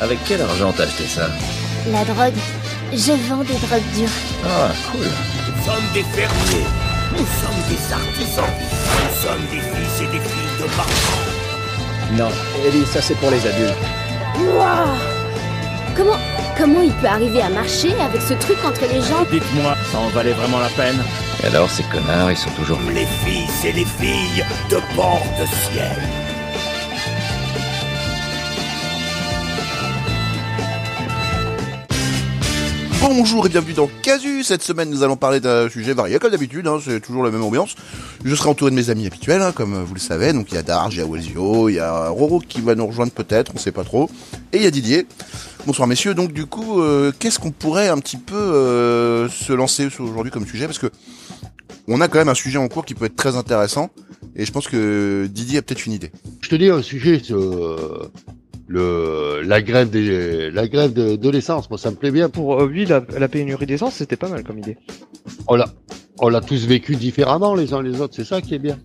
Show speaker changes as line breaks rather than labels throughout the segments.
Avec quel argent t'as acheté ça
La drogue. Je vends des drogues dures.
Ah, cool.
Nous sommes des fermiers. Nous sommes des artisans. Nous sommes des fils et des filles de parents.
Non, Ellie, ça c'est pour les adultes.
Waouh Comment. Comment il peut arriver à marcher avec ce truc entre les jambes
Dites-moi, ça en valait vraiment la peine
Et alors, ces connards, ils sont toujours...
Les fils et les filles de bord de ciel.
Bonjour et bienvenue dans Casu. Cette semaine, nous allons parler d'un sujet varié, comme d'habitude. hein, c'est toujours la même ambiance. Je serai entouré de mes amis habituels, hein, comme euh, vous le savez. Donc il y a Darge, il y a Wesio, il y a Roro qui va nous rejoindre peut-être, on sait pas trop. Et il y a Didier. Bonsoir messieurs. Donc du coup, euh, qu'est-ce qu'on pourrait un petit peu euh, se lancer sur- aujourd'hui comme sujet Parce que on a quand même un sujet en cours qui peut être très intéressant. Et je pense que Didier a peut-être une idée.
Je te dis un sujet, c'est, euh, le, la grève des, la grève de, de l'essence. Moi, ça me plaît bien.
Pour euh, lui, la, la pénurie d'essence, c'était pas mal comme idée.
On l'a, on l'a tous vécu différemment les uns les autres. C'est ça qui est bien.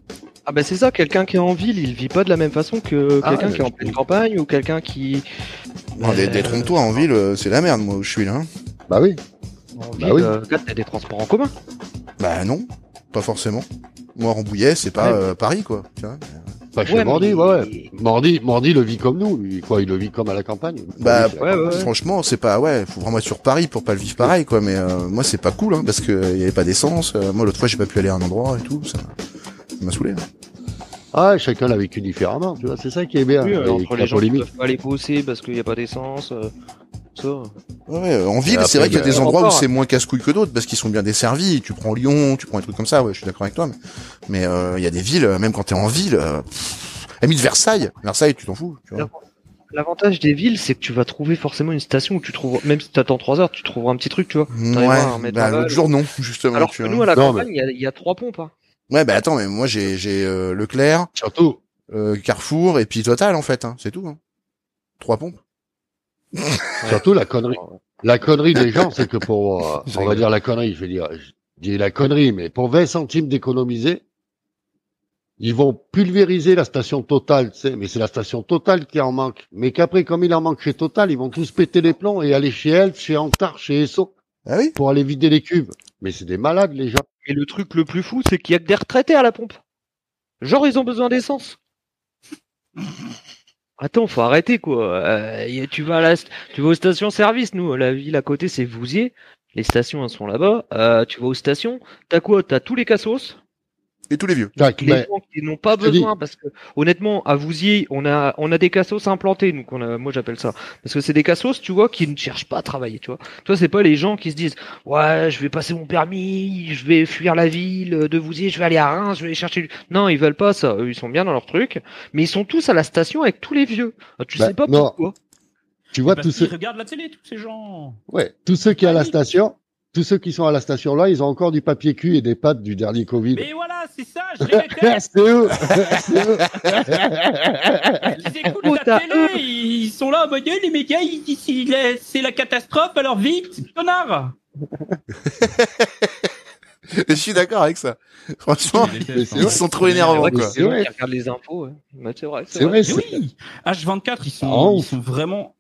Ah ben c'est ça, quelqu'un qui est en ville, il vit pas de la même façon que
Ah,
quelqu'un
ouais,
qui est en
je-
pleine campagne ou quelqu'un qui...
Non, dé-
Euh,
Détrompe-toi, en ville, euh, c'est la merde, moi, où je suis là. hein.
Bah oui.
En
Bah
ville,
oui.
euh, là, t'as des transports en commun.
Bah non, pas forcément. Moi, Rambouillet, c'est pas
Ouais.
euh, Paris, quoi. tu vois.
Pas chez
Ouais,
Mordi,
mais-
Bah, ouais, ouais. Mordi, Mordi le vit comme nous. lui. quoi, il le vit comme à la campagne.
Bah,
Mordi, c'est la
Ouais, ouais, ouais.
Franchement, c'est pas ouais, faut vraiment être sur Paris pour pas le vivre pareil quoi. Mais euh, moi, c'est pas cool hein, parce que il y avait pas d'essence. Euh, moi, l'autre fois, j'ai pas pu aller à un endroit et tout. Ça ça m'a saoulé. hein.
Ah, chacun l'a vécu différemment, tu vois, c'est ça qui est bien.
Oui, euh,
Et
entre
la
les gens qui
polémique.
peuvent pas aller bosser parce qu'il y a pas d'essence, euh, ça.
Ouais, ouais, euh, en ville,
après,
c'est vrai qu'il y a
bah,
des endroits où
encore,
c'est moins casse-couille que d'autres parce qu'ils sont bien desservis. Tu prends Lyon, tu prends des trucs comme ça. Ouais, je suis d'accord avec toi. Mais mais, euh, il y a des villes, euh, même quand t'es en ville. Euh, pff, à de Versailles, Versailles, tu t'en fous. Tu vois.
L'avantage des villes, c'est que tu vas trouver forcément une station où tu trouves, même si t'attends 3 heures, tu trouveras un petit truc, tu vois. t'arriveras à
Ouais,
remettre
bah,
la
l'autre
balle.
jour non, justement.
Alors
tu
que
vois.
nous, à la
Non,
campagne, il y a- il y, a trois pompes. Hein.
Ouais, bah attends, mais moi j'ai j'ai euh, Leclerc,
Surtout,
euh, Carrefour et puis Total en fait, hein, c'est tout. Hein. Trois pompes.
surtout la connerie. La connerie des gens, c'est que pour, euh,
Je
on va
rigole.
dire la connerie, je vais dire, je dis la connerie, mais pour 20 centimes d'économiser, ils vont pulvériser la station totale, tu sais, mais c'est la station totale qui en manque. Mais qu'après, comme il en manque chez Total, ils vont tous péter les plombs et aller chez Elf, chez Antar, chez Esso
Ah oui
pour aller vider les cubes. Mais c'est des malades, les gens.
Et le truc le plus fou, c'est qu'il y a que des retraités à la pompe. Genre, ils ont besoin d'essence. Attends, faut arrêter quoi. Euh, y a- tu vas à la, st- tu vas aux stations-service. Nous, la ville à côté, c'est Vouziers. Les stations elles sont là-bas. Euh, tu vas aux stations. T'as quoi T'as tous les cassos.
Et tous les vieux.
Tac,
Les
mais-
gens qui n'ont pas
Bah, je te dis-
besoin parce que honnêtement, à Vouziers, on a on a des cassos implantés. Nous, qu'on a, moi j'appelle ça parce que c'est des cassos, tu vois, qui ne cherchent pas à travailler. Tu vois. Toi, c'est pas les gens qui se disent ouais, je vais passer mon permis, je vais fuir la ville de Vouziers, je vais aller à Reims, je vais aller chercher. du- Non, ils veulent pas ça. Eux, ils sont bien dans leur truc, mais ils sont tous à la station avec tous les vieux. Ah, Tu
Bah,
sais pas
non.
pourquoi.
tu vois, tous
Parce qu'ils
ceux,
regardent la télé, tous ces gens.
ouais, tous ceux qui à la
Oui.
station, tous ceux qui sont à la station là, ils ont encore du papier cul et des pattes du dernier Covid.
Mais voilà, c'est ça, je les déteste.
C'est eux. C'est eux.
Ils écoutent
Putain,
la télé, ils sont là en mode Eh, les médias, ils disent il est- c'est la catastrophe, alors vite, connard
Je suis d'accord avec ça. Franchement,
C'est
ils
vrai.
sont trop
C'est
énervants
vrai que
quoi.
c'est les gens
Ouais.
qui regardent les infos. ouais. Bah, c'est vrai.
C'est vrai,
Mais
c'est
oui H24, ils sont,
Oh.
ils sont vraiment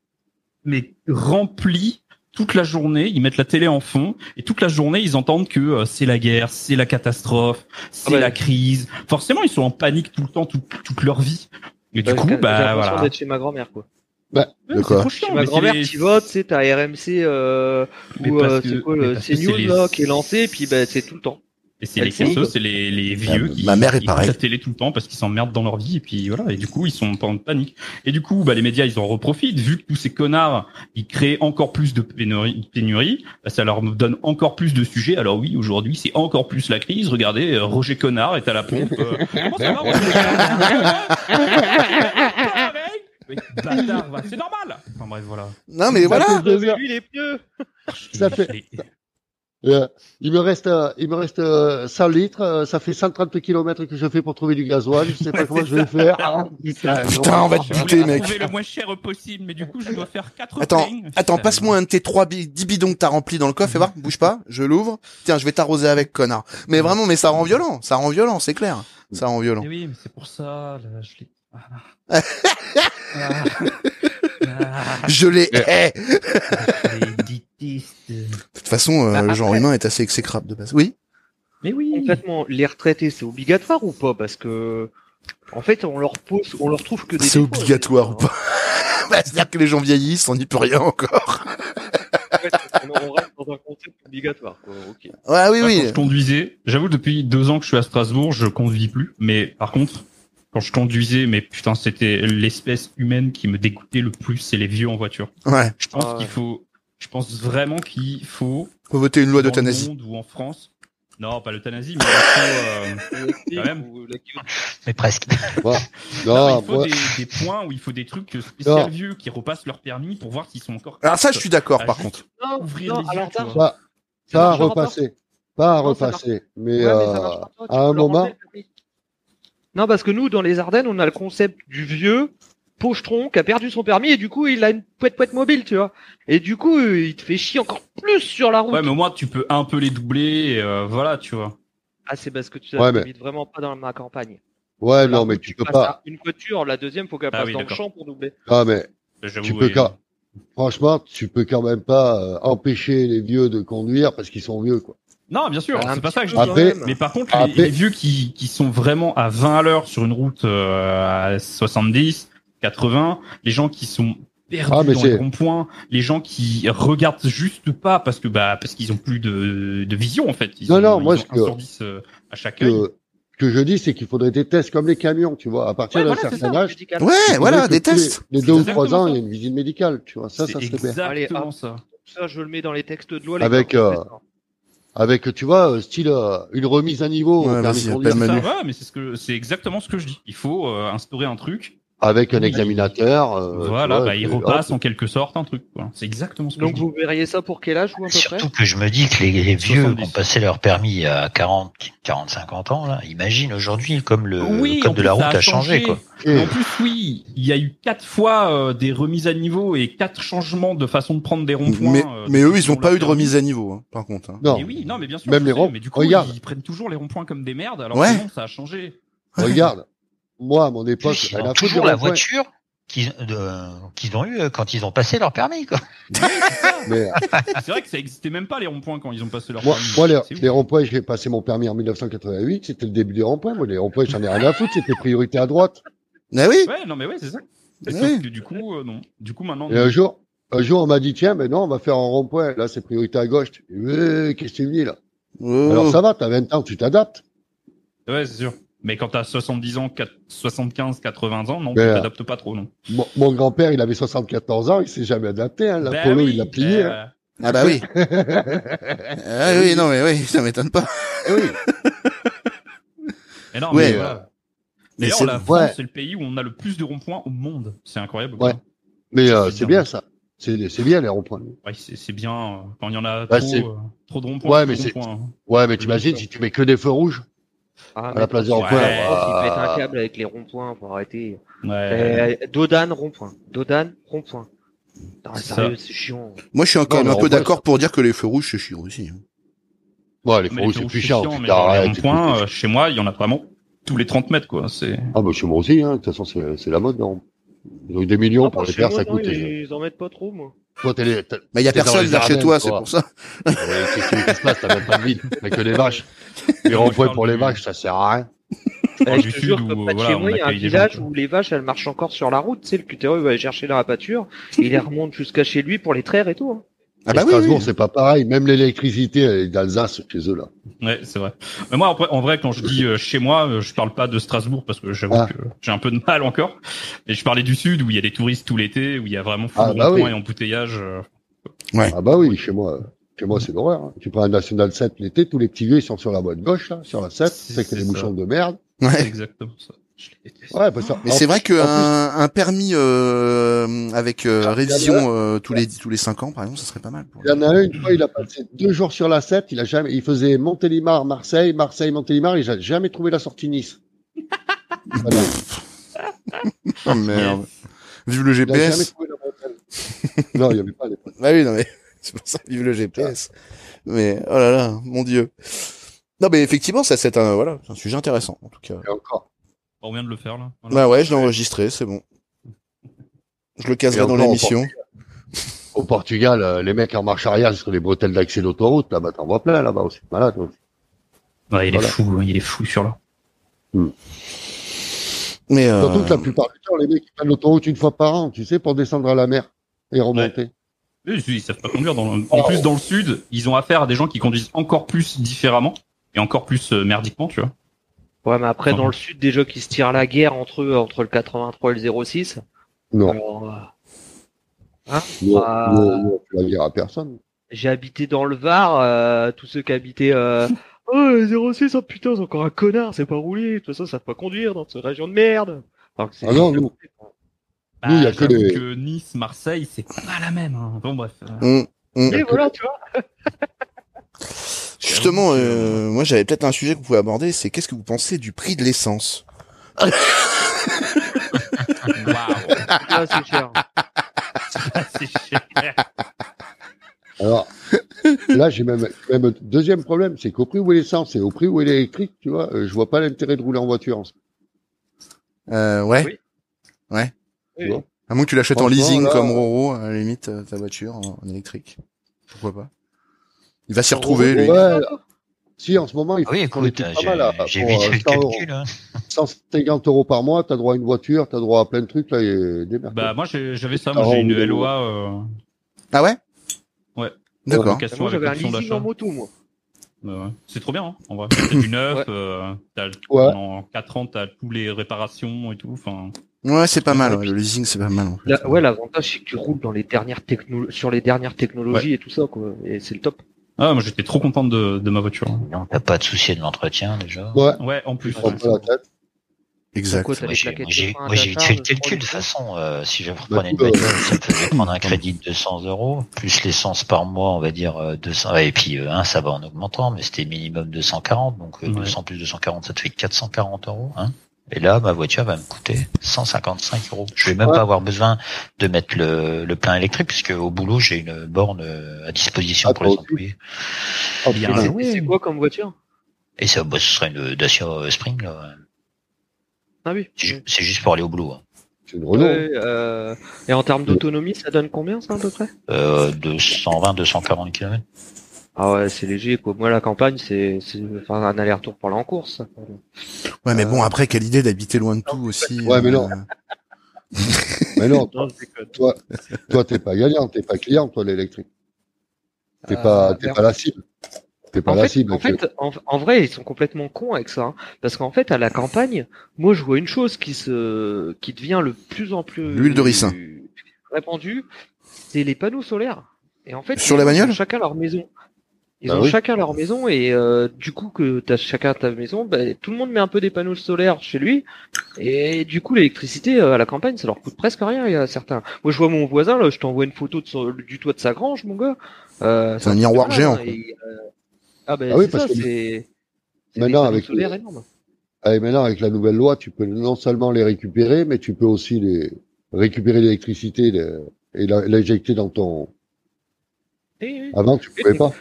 mais remplis toute la journée, ils mettent la télé en fond et toute la journée ils entendent que euh, c'est la guerre, c'est la catastrophe, c'est
Ah bah.
la crise. Forcément, ils sont en panique tout le temps, tout- toute leur vie. Et du
J'ai
coup,
l'impression
bah voilà.
d'être chez ma grand-mère quoi.
De quoi
C'est trop
Chez
chiant,
ma
mais c'est
grand-mère
les-
qui vote, c'est t'as RMC euh,
Mais
ou
parce
euh,
que-
c'est quoi
mais
le
parce
c'est
que c'est
News
les-
là qui est lancé et puis bah, c'est tout le temps.
Et c'est
Elle
les
compte.
casseux, c'est les, les vieux
Ah,
qui,
ma mère est
qui
pareille.
écoutent la télé tout le temps parce qu'ils s'emmerdent dans leur vie et puis voilà et du coup ils sont pas en panique. Et du coup bah les médias ils en reprofitent vu que tous ces connards ils créent encore plus de pénurie, pénurie bah, ça leur donne encore plus de sujets. Alors oui aujourd'hui c'est encore plus la crise. Regardez euh, Roger Connard est à la pompe. euh, Comment ça va, Roger Connard Mais bâtard, va, c'est normal. Enfin bref voilà.
Non mais voilà.
Ça fait deux heures.
Lui il est mieux.
Ça fait- Euh, il me reste, euh, il me reste euh, 100 litres. euh, ça fait 130 kilomètres que je fais pour trouver du gasoil. Je sais pas comment je vais faire. Ah, putain,
Putain, on va te
Je voulais
buter mec.
trouver le moins cher possible mais du coup je dois faire quatre
Attends,
plings.
Attends,
Putain.
passe-moi un de tes trois bi- dix bidons que t'as remplis dans le coffre et voir, bouge pas, je l'ouvre. Tiens, je vais t'arroser avec connard. Mais vraiment, mais ça rend violent, ça rend violent, c'est clair. Ça rend violent.
Eh oui, mais c'est pour ça, là, je l'ai. Ah.
Je les hais. De
Les ditistes.
toute façon, euh,
Bah,
le genre
après-
humain est assez exécrable de base. Oui.
Mais oui.
Complètement, les retraités, c'est obligatoire ou pas Parce que, en fait, on leur pose, on leur trouve que des.
C'est
défauts,
obligatoire ou
hein.
pas Bah, C'est-à-dire que les gens vieillissent, on n'y peut rien encore.
En fait, on on reste dans un concept obligatoire, quoi. Ok.
Ouais, oui,
Moi,
oui.
Quand je conduisais, j'avoue depuis deux ans que je suis à Strasbourg, je conduis plus. Mais par contre, quand je conduisais, mais putain, c'était l'espèce humaine qui me dégoûtait le plus, c'est les vieux en voiture.
Ouais.
Je pense
Ah ouais.
qu'il faut, je pense vraiment qu'il faut
Faut voter une loi
dans le
d'euthanasie.
monde ou en France. Non, pas l'euthanasie, mais il faut, euh, Quand même.
Ou la-
Mais presque.
Non,
il faut
moi-
des, des points où il faut des trucs spéciaux
Non.
vieux qui repassent leur permis pour voir s'ils sont encore.
Alors ça, je suis d'accord,
Ah,
par
juste-
contre.
Non,
Ouvrir
non,
les yeux,
alors
tu
t'as-
vois.
Pas, pas à
marchera pas.
repasser. Pas à
Non, ça
repasser. Mais,
Ouais, mais ça
euh,
marche pas, toi, tu
à un
peux leur
moment,
enlever le permis. Non, parce que nous, dans les Ardennes, on a le concept du vieux pochetron qui a perdu son permis et du coup, il a une pouette-pouette mobile, tu vois. Et du coup, euh, il te fait chier encore plus sur la route.
Ouais, mais au moins tu peux un peu les doubler, et, euh, voilà, tu vois.
Ah, c'est parce que tu
Ouais, mais-
habites vraiment pas dans ma campagne.
ouais,
Alors,
non, mais tu peux
passes
pas.
à Une voiture, la deuxième, faut qu'elle
Ah
passe
oui,
dans le
d'accord.
champ pour doubler.
Ah, mais
J'avoue,
tu peux
et-
quand, franchement, tu peux quand même pas euh, empêcher les vieux de conduire parce qu'ils sont vieux, quoi.
Non, bien sûr,
Ah, un
c'est pas
petit
ça que je
peu
dis.
Après-
quand même.
Mais par contre, les,
Après-
les vieux qui, qui sont vraiment à 20 à l'heure sur une route euh, à 70, 80, les gens qui sont perdus
Ah, mais
dans
c'est-
les ronds-points, les gens qui regardent juste pas parce que bah parce qu'ils ont plus de, de vision en fait. Ils
Non,
ont-
non,
ils
moi,
ont
je-
un sur 10 euh, à chaque œil.
Que, que je dis, c'est qu'il faudrait des tests comme les camions, tu vois. À partir
Ouais,
d'un
voilà, c'est
certain
ça,
âge,
médical.
Ouais,
il
voilà,
faudrait que
des
tous les-
tests.
Les, deux ou
C'est
trois ans,
exactement
il y a une visite médicale, tu vois. Ça,
C'est
ça serait bien.
exactement ça.
Ça, je le mets dans les textes de loi. les
Avec,
gars,
euh,
on fait hein. ça.
Avec, tu vois, euh, style euh, une remise à niveau au
Ouais,
permis
vas-y,
de conduire,
appelle Manu.
Ça va, mais c'est ce que c'est exactement ce que je dis. Il faut euh, instaurer un truc.
avec un
Oui.
examinateur. euh, tu
voilà,
vois,
bah,
et
il
puis, hop,
repasse en quelque sorte un truc. quoi. C'est exactement ce que
Donc,
je dis.
vous verriez ça pour quel âge, ou à peu près?
Surtout que je me dis que les, les vieux
70.
qui ont passé leur permis à 40, 40, 50 ans, là, imagine aujourd'hui comme le,
Oui,
le code
en
de la
plus,
route
ça a
a changé,
changé.
quoi.
et-
En plus, oui, il y a eu quatre fois euh, des remises à niveau et quatre changements de façon de prendre des ronds-points.
Mais,
euh,
mais eux, ils
sur
ont pas
leur
eu de
permis.
remise à niveau, hein, par contre. hein.
Non,
Mais oui, non, mais bien sûr.
Même
je
les
sais,
ronds-
Mais du coup,
regarde.
ils prennent toujours les ronds-points comme des merdes. Alors
Ouais.
que non, ça a changé.
regarde, moi à mon époque,
Plus, ils
rien à
ont
foutre
toujours
des
la
ronds-points,
voiture qu'ils de- qu'ils ont eu euh, quand ils ont passé leur permis, quoi.
Mais euh,
C'est vrai que ça existait même pas les ronds-points quand ils ont passé leur
moi,
permis.
moi les,
C'est ouf.
les ronds-points, j'ai passé mon permis en 1988, c'était le début des ronds-points. Moi, les ronds-points, j'en ai rien à foutre, c'était priorité à droite.
Ah oui.
Ouais, non, mais ouais, c'est ça. Et
Ouais.
sauf que du coup, euh, non. Du coup, maintenant,
Et un jour, un jour, on m'a dit, tiens, mais non, on va faire un rond-point. Là, c'est priorité à gauche. Je dis, Ouais, Qu'est-ce que tu me dis, là?
Oh.
Alors, ça va, t'as 20 ans, tu t'adaptes.
ouais, c'est sûr. Mais quand t'as 70 ans, 4- 75, 80 ans, non,
Mais,
tu
euh,
t'adaptes pas trop, non.
Mon, mon grand-père, il avait 74 ans, il s'est jamais adapté, hein.
Bah
L'Apollo,
oui,
il l'a plié,
bah,
hein.
Ah bah oui. ah oui, non mais oui, ça m'étonne pas.
Eh oui.
mais non,
Ouais,
mais voilà.
Mais
D'ailleurs,
c'est-
la France,
ouais.
c'est le pays où on a le plus de ronds-points au monde. C'est incroyable.
Ouais.
quoi.
Mais, euh,
C'est
c'est
bien.
bien, ça. C'est, c'est bien, les ronds-points.
Ouais, c'est c'est bien euh, quand il y en a
Bah,
trop,
c'est-
euh, trop de ronds-points.
Ouais,
trop de
mais c'est-
ronds-points. hein.
Ouais, mais t'imagines, si tu mets que des feux rouges
Ah,
à
mais
la place des
ouais.
ronds-points.
Les profs, ils pètent un
euh,
câble avec les ronds-points pour arrêter.
Ah. Ouais.
Euh, Dodan, rond-point. Dodan, rond-point. Non,
C'est
sérieux, c'est chiant.
Moi, je suis encore
Non, mais
un
on
peu
voit
d'accord pour dire que les feux rouges c'est chiant aussi. hein.
Ouais, les feux
Mais
rouges,
les
c'est
ronds,
plus chiant.
mais
Putain,
genre, les
arrête, c'est plus
ronds-points, euh, chez moi, il y en a vraiment tous les 30 mètres, quoi. C'est
Ah bah chez moi aussi, hein. de toute façon c'est c'est la mode. Non Ils ont eu des millions
Ah,
pour
par
les
chez
faire,
moi,
ça
non,
coûte.
ils,
les-
ils en mettent pas trop, moi.
Toi t'es les... t'as-
Bah, il y a
C'est dans
personne
les
vers chez
Ardennes,
toi, c'est
toi.
pour ça.
euh, Qu'est-ce qui- qu'est-ce qui se passe T'as même pas de vide, t'as que des vaches. Les ronds-points pour les vaches, ça sert à rien.
crois
Eh,
du
je te
sud
jure
où,
que
euh,
près de
voilà,
chez
on
moi, il y a un
accueille des
village
gens, quoi.
où les vaches, elles marchent encore sur la route. Tu sais, le cutéreux va aller chercher dans la pâture. il les remonte jusqu'à chez lui pour les traire et tout. hein.
Ah
Et
bah oui.
Strasbourg,
oui.
c'est pas pareil. Même l'électricité elle est d'Alsace chez eux là.
ouais, c'est vrai. Mais moi, après, en vrai, quand je dis euh, chez moi, euh, je parle pas de Strasbourg parce que j'avoue
Ah.
que j'ai un peu de mal encore. Mais je parlais du sud où il y a des touristes tout l'été, où il y a vraiment fou
Ah,
de
bah
ronds-points
oui.
et embouteillage. euh,
Ah bah oui, chez moi. euh, Chez moi, c'est l'horreur. hein. Tu prends un National 7 l'été, tous les petits vieux, ils sont sur la voie de gauche, là, sur la 7,
C'est-
c'est que
c'est
des
ça.
bouchons de merde.
C'est
Ouais.
exactement ça. Je les déteste.
Ouais, bah ça,
Mais
en
c'est vrai
plus- en plus, Ah,
qu'un un permis euh, avec euh, révision euh, tous les tous les cinq ans, par exemple, ça serait pas mal. Pour
Il y en a un, une fois, il a passé deux jours sur la 7, il a jamais, il faisait Montélimar, Marseille, Marseille, Montélimar, il n'a jamais trouvé la sortie Nice. Voilà.
Oh, merde. Vive le
Il a jamais
GPS.
trouvé la montagne. non, il n'y avait pas les
Bah oui, non mais c'est pour ça. Vive le GPS.
Ah.
Mais oh là là, mon dieu. Non mais effectivement, ça c'est un voilà, c'est un sujet intéressant en tout cas.
Et encore.
On vient de le faire là. Voilà.
Bah ouais, je l'ai enregistré, c'est bon. Je le caserai
Et
dans
encore,
l'émission.
Au Portugal, euh, les mecs en marche arrière sur les bretelles d'accès d'autoroute, là-bas, t'en vois plein, là-bas aussi. Malade. aussi.
Ouais, il est
Voilà.
fou, hein, il est fou sur là.
Mais euh,
Surtout que la plupart du temps, les mecs, ils prennent l'autoroute une fois par an, tu sais, pour descendre à la mer et remonter.
Eux, Ils, ils savent pas conduire. Dans le- En plus, dans le sud, ils ont affaire à des gens qui conduisent encore plus différemment et encore plus euh, merdiquement, tu vois.
Ouais, mais après,
Ah.
dans le sud, déjà qu'ils se tirent la guerre entre eux, entre le 83 et le 06.
Non,
Alors, euh,
non,
Ah.
non, non, tu vas dire à personne.
j'ai habité dans le Var, euh, tous ceux qui habitaient. Euh, oh, le 06, oh putain, c'est encore un connard, c'est pas roulé, de toute façon, ça savent pas conduire dans cette région de merde. Alors que c'est-
Ah non, nous. Nous, il y a que
Bah, j'avoue
les-
que Nice, Marseille, c'est pas la même. hein. Bon, bref. euh,
mm, mm.
Mais voilà, tu vois.
justement, euh, moi j'avais peut-être un sujet que vous pouvez aborder, c'est qu'est-ce que vous pensez du prix de l'essence
waouh,
Ah, c'est cher.
euh, c'est cher.
Alors, là, j'ai même, même un deuxième problème, c'est qu'au prix où est l'essence et au prix où est l'électrique, tu vois, euh, je vois pas l'intérêt de rouler en voiture. en ce
euh, Ouais.
Oui.
Ouais.
Oui.
Bon.
À moins que tu l'achètes en
Franchement,
leasing
là-
comme Roro, à la limite, euh, ta voiture en, en électrique. Pourquoi pas Il va s'y
Roro,
retrouver, lui.
moment.
Ah
Ouais, si, en ce moment, il
Ah Oui,
faut
écoute,
pas
j'ai
mal à- à-
j'ai
pour,
vite
euh,
fait le
100 euros.
calcul. hein.
150 euros par mois, t'as droit à une voiture, t'as droit à plein de trucs, là, et des merdes.
Bah, moi, j'ai- j'avais ça.
Ah,
Moi, j'ai une
oui, oui.
LOA. Euh,
Ah ouais
Ouais.
D'accord.
location
Moi,
avec
j'avais un
option
leasing
d'achat.
en moto, moi.
Ouais, ouais. C'est trop bien, hein, en vrai. T'as du neuf,
Ouais.
euh, t'as,
Ouais.
pendant 4 ans, t'as tous les réparations et tout. Enfin,
Ouais, c'est pas mal. ouais, Le leasing, c'est pas mal. en fait.
La- ouais, l'avantage, c'est que tu roules dans les dernières techno- sur les dernières technologies et tout ça, quoi. Et c'est le top.
ah, moi, j'étais trop contente de, de ma voiture.
Non, t'as pas de souci de l'entretien déjà.
Ouais,
Ouais, en plus.
tu te prends
bah,
pas la tête.
Exact.
Quoi, t'as
Moi
les
j'ai
plaquettes
moi,
de
j'ai-
frein,
moi,
ta
j'ai vite fait le
charge,
calcul de toute
prends les-
façon. euh, si je reprenais une
tout, euh,
bagnole, ça me faisait prendre un crédit de 200 euros, plus l'essence par mois, on va dire euh, 200. ouais, et puis euh, hein, ça va en augmentant, mais c'était minimum 240, donc euh,
Ouais.
200 plus 240, ça te fait 440 euros. Hein. Et là, ma voiture va me coûter 155 euros. Je vais même
Ouais.
pas avoir besoin de mettre le, le plein électrique, puisque au boulot j'ai une borne euh, à disposition
Ah,
pour les
toi aussi.
employés.
Ah,
Bien
putain.
joué.
C'est quoi comme voiture
Et ça, bah, ce serait une Dacia euh, Spring. là.
Ah oui.
C'est ju- c'est juste pour aller au boulot. hein.
C'est une Renault.
Ouais, euh, et en termes d'autonomie, ça donne combien, ça, à peu près
Euh, 220, 240 km.
Ah ouais, c'est léger, quoi. Moi, la campagne, c'est c'est- enfin, un aller-retour pour aller en course.
Ouais, mais bon, après, quelle idée d'habiter loin de tout aussi.
Ouais, mais non.
euh,
Mais non,
Non, je déconne.
toi, t'es pas gagnant, t'es pas client, toi, l'électrique. T'es
Euh,
pas, t'es
merde.
pas la cible. T'es pas euh,
En
la
fait,
cible.
en, fait en, en vrai, ils sont complètement cons avec ça. hein. parce qu'en fait, à la campagne, moi, je vois une chose qui se, qui devient le plus en plus
L'huile de ricin.
répandue, c'est les panneaux solaires. Et en fait,
Sur la
ils ont
bagnole
chacun leur maison. Ils
Bah
ont
oui.
chacun leur maison et euh, du coup que t'as chacun ta maison, bah, tout le monde met un peu des panneaux solaires chez lui et du coup l'électricité euh, à la campagne ça leur coûte presque rien. Il y a certains. Moi je vois mon voisin là, je t'envoie une photo de son- du toit de sa grange, mon gars. Euh,
C'est un miroir
voilà,
géant.
hein, et, euh, ah ben
Ah oui,
c'est
parce
ça,
que-
c'est c'est
Maintenant,
des panneaux
avec
solaires énormes.
Ah, Et maintenant, avec la nouvelle loi, tu peux non seulement les récupérer, mais tu peux aussi les récupérer l'électricité le- et la- l'injecter dans ton.
Et- et-
Avant, tu pouvais pas.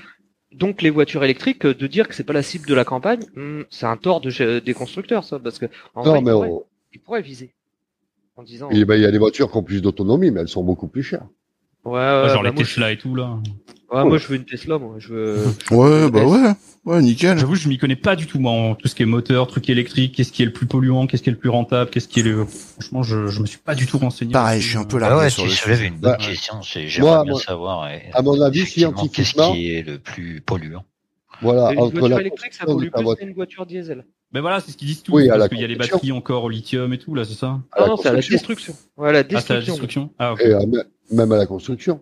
donc les voitures électriques, euh, de dire que c'est pas la cible de la campagne, hmm, c'est un tort de chez- des constructeurs ça, parce que en vrai,
Non,
ils,
mais
pourraient,
on-
ils pourraient viser en disant
eh ben, il y a des voitures qui ont plus d'autonomie, mais elles sont beaucoup plus chères.
ouais, ouais,
Ah, genre
bah,
les
moi, je,
Tesla et tout, là.
ouais, moi je veux une Tesla, moi je veux.
Ouais, bah ouais. Ouais, nickel.
J'avoue, je m'y connais pas du tout, moi, en tout ce qui est moteur, truc électrique, qu'est-ce qui est le plus polluant, qu'est-ce qui est le plus rentable, qu'est-ce qui est le. Franchement, je, je me suis pas du tout renseigné.
Pareil, je suis un peu
Ah
largué
ouais,
sur
tu
le
soulèves
sujet.
une bonne
Bah,
question. C'est j'aimerais bien
moi-
savoir. eh,
à mon avis,
effectivement,
scientifiquement-
qu'est-ce qui est le plus polluant
Voilà.
une
Ah, entre
voiture
la-
électrique, ça
construction
pollue
de ta
plus
voiture.
qu'une voiture diesel.
euh, Mais voilà, c'est ce qu'ils disent tous.
Oui, à
parce
la
qu'il y a les
construction.
batteries encore au lithium et tout, là, c'est ça
à
Non,
Ah, la
non, c'est à la
construction.
destruction. Ouais, la
Ah, c'est la
destruction.
destruction Ah, ok.
Et à me- même à la construction.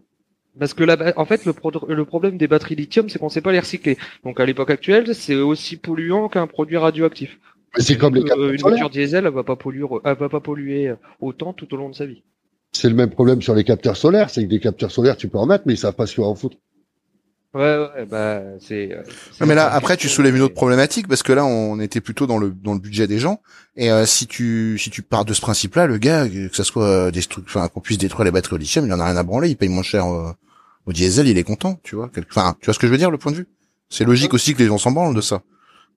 Parce que là, bah, en fait, le, pro- le problème des batteries lithium, c'est qu'on sait pas les recycler. Donc à l'époque actuelle, c'est aussi polluant qu'un produit radioactif.
Mais c'est comme les
Euh,
capteurs
une
solaires.
voiture diesel, elle va pas polluer, elle va pas polluer autant tout au long de sa vie.
C'est le même problème sur les capteurs solaires. C'est que des capteurs solaires, tu peux en mettre, mais ils savent pas ce qu'ils vont en foutre.
Ouais, ouais, bah c'est. euh, c'est-
Ouais, mais là, après, tu soulèves une autre problématique parce que là, on était plutôt dans le dans le budget des gens. Et euh, si tu si tu pars de ce principe-là, le gars, que ça soit euh, des trucs, enfin, qu'on puisse détruire les batteries au lithium, il en a rien à branler. Il paye moins cher euh, au diesel, il est content, tu vois. Quel- Enfin, tu vois ce que je veux
Bah,
dire, le point de vue. C'est logique aussi que les gens s'en branlent de ça,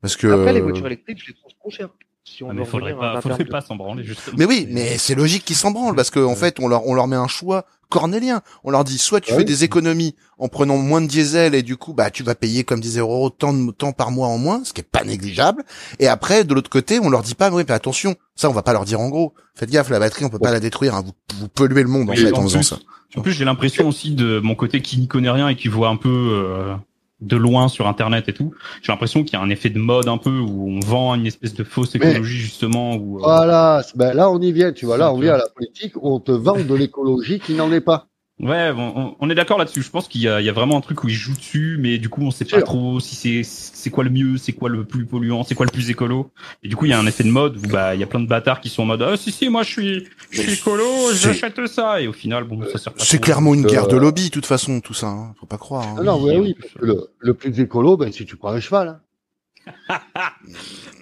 parce que
Après, les
euh,
voitures électriques, je les trouve trop chères. Si on
Ah,
veut
mais faudrait
revenir à
pas,
un
faudrait
terme de-
pas s'en branler, justement.
Mais oui, mais c'est logique qu'ils s'en branlent parce qu'en en fait, on leur, on leur met un choix cornélien. On leur dit soit tu
Ouais.
fais des économies en prenant moins de diesel et du coup, bah, tu vas payer comme disait Roro tant, de- tant par mois en moins, ce qui est pas négligeable. Et après, de l'autre côté, on leur dit pas, oui, mais attention, ça, on va pas leur dire en gros. Faites gaffe, la batterie, on peut pas la détruire. hein. Vous, vous polluez le monde en
Oui,
fait
en
en faisant
plus.
ça.
En plus, j'ai l'impression aussi de mon côté qui n'y connaît rien et qui voit un peu euh, de loin sur Internet et tout. J'ai l'impression qu'il y a un effet de mode un peu où on vend une espèce de fausse
Mais-
écologie justement. Où, euh,
Voilà, c'est- ben là on y vient, tu vois, là on
Donc,
vient
euh,
à la politique où on te vend de l'écologie qui n'en est pas.
Ouais, on, on- on est d'accord là-dessus. Je pense qu'il y, a- il y a vraiment un truc où ils jouent dessus, mais du coup, on sait pas
Sûr.
trop si c'est c'est quoi le mieux, c'est quoi le plus polluant, c'est quoi le plus écolo. Et du coup, il y a un effet de mode où bah il y a plein de bâtards qui sont en mode ah si si moi je suis je suis écolo,
c'est-
j'achète ça et au final bon ça sert pas.
C'est
trop.
clairement une
Euh,
guerre de lobby, de toute façon, tout ça. hein. Faut pas croire. hein.
Non, Ah non, ouais,
oui,
oui,
en plus,
parce que le, le plus écolo, ben si tu prends un cheval. hein.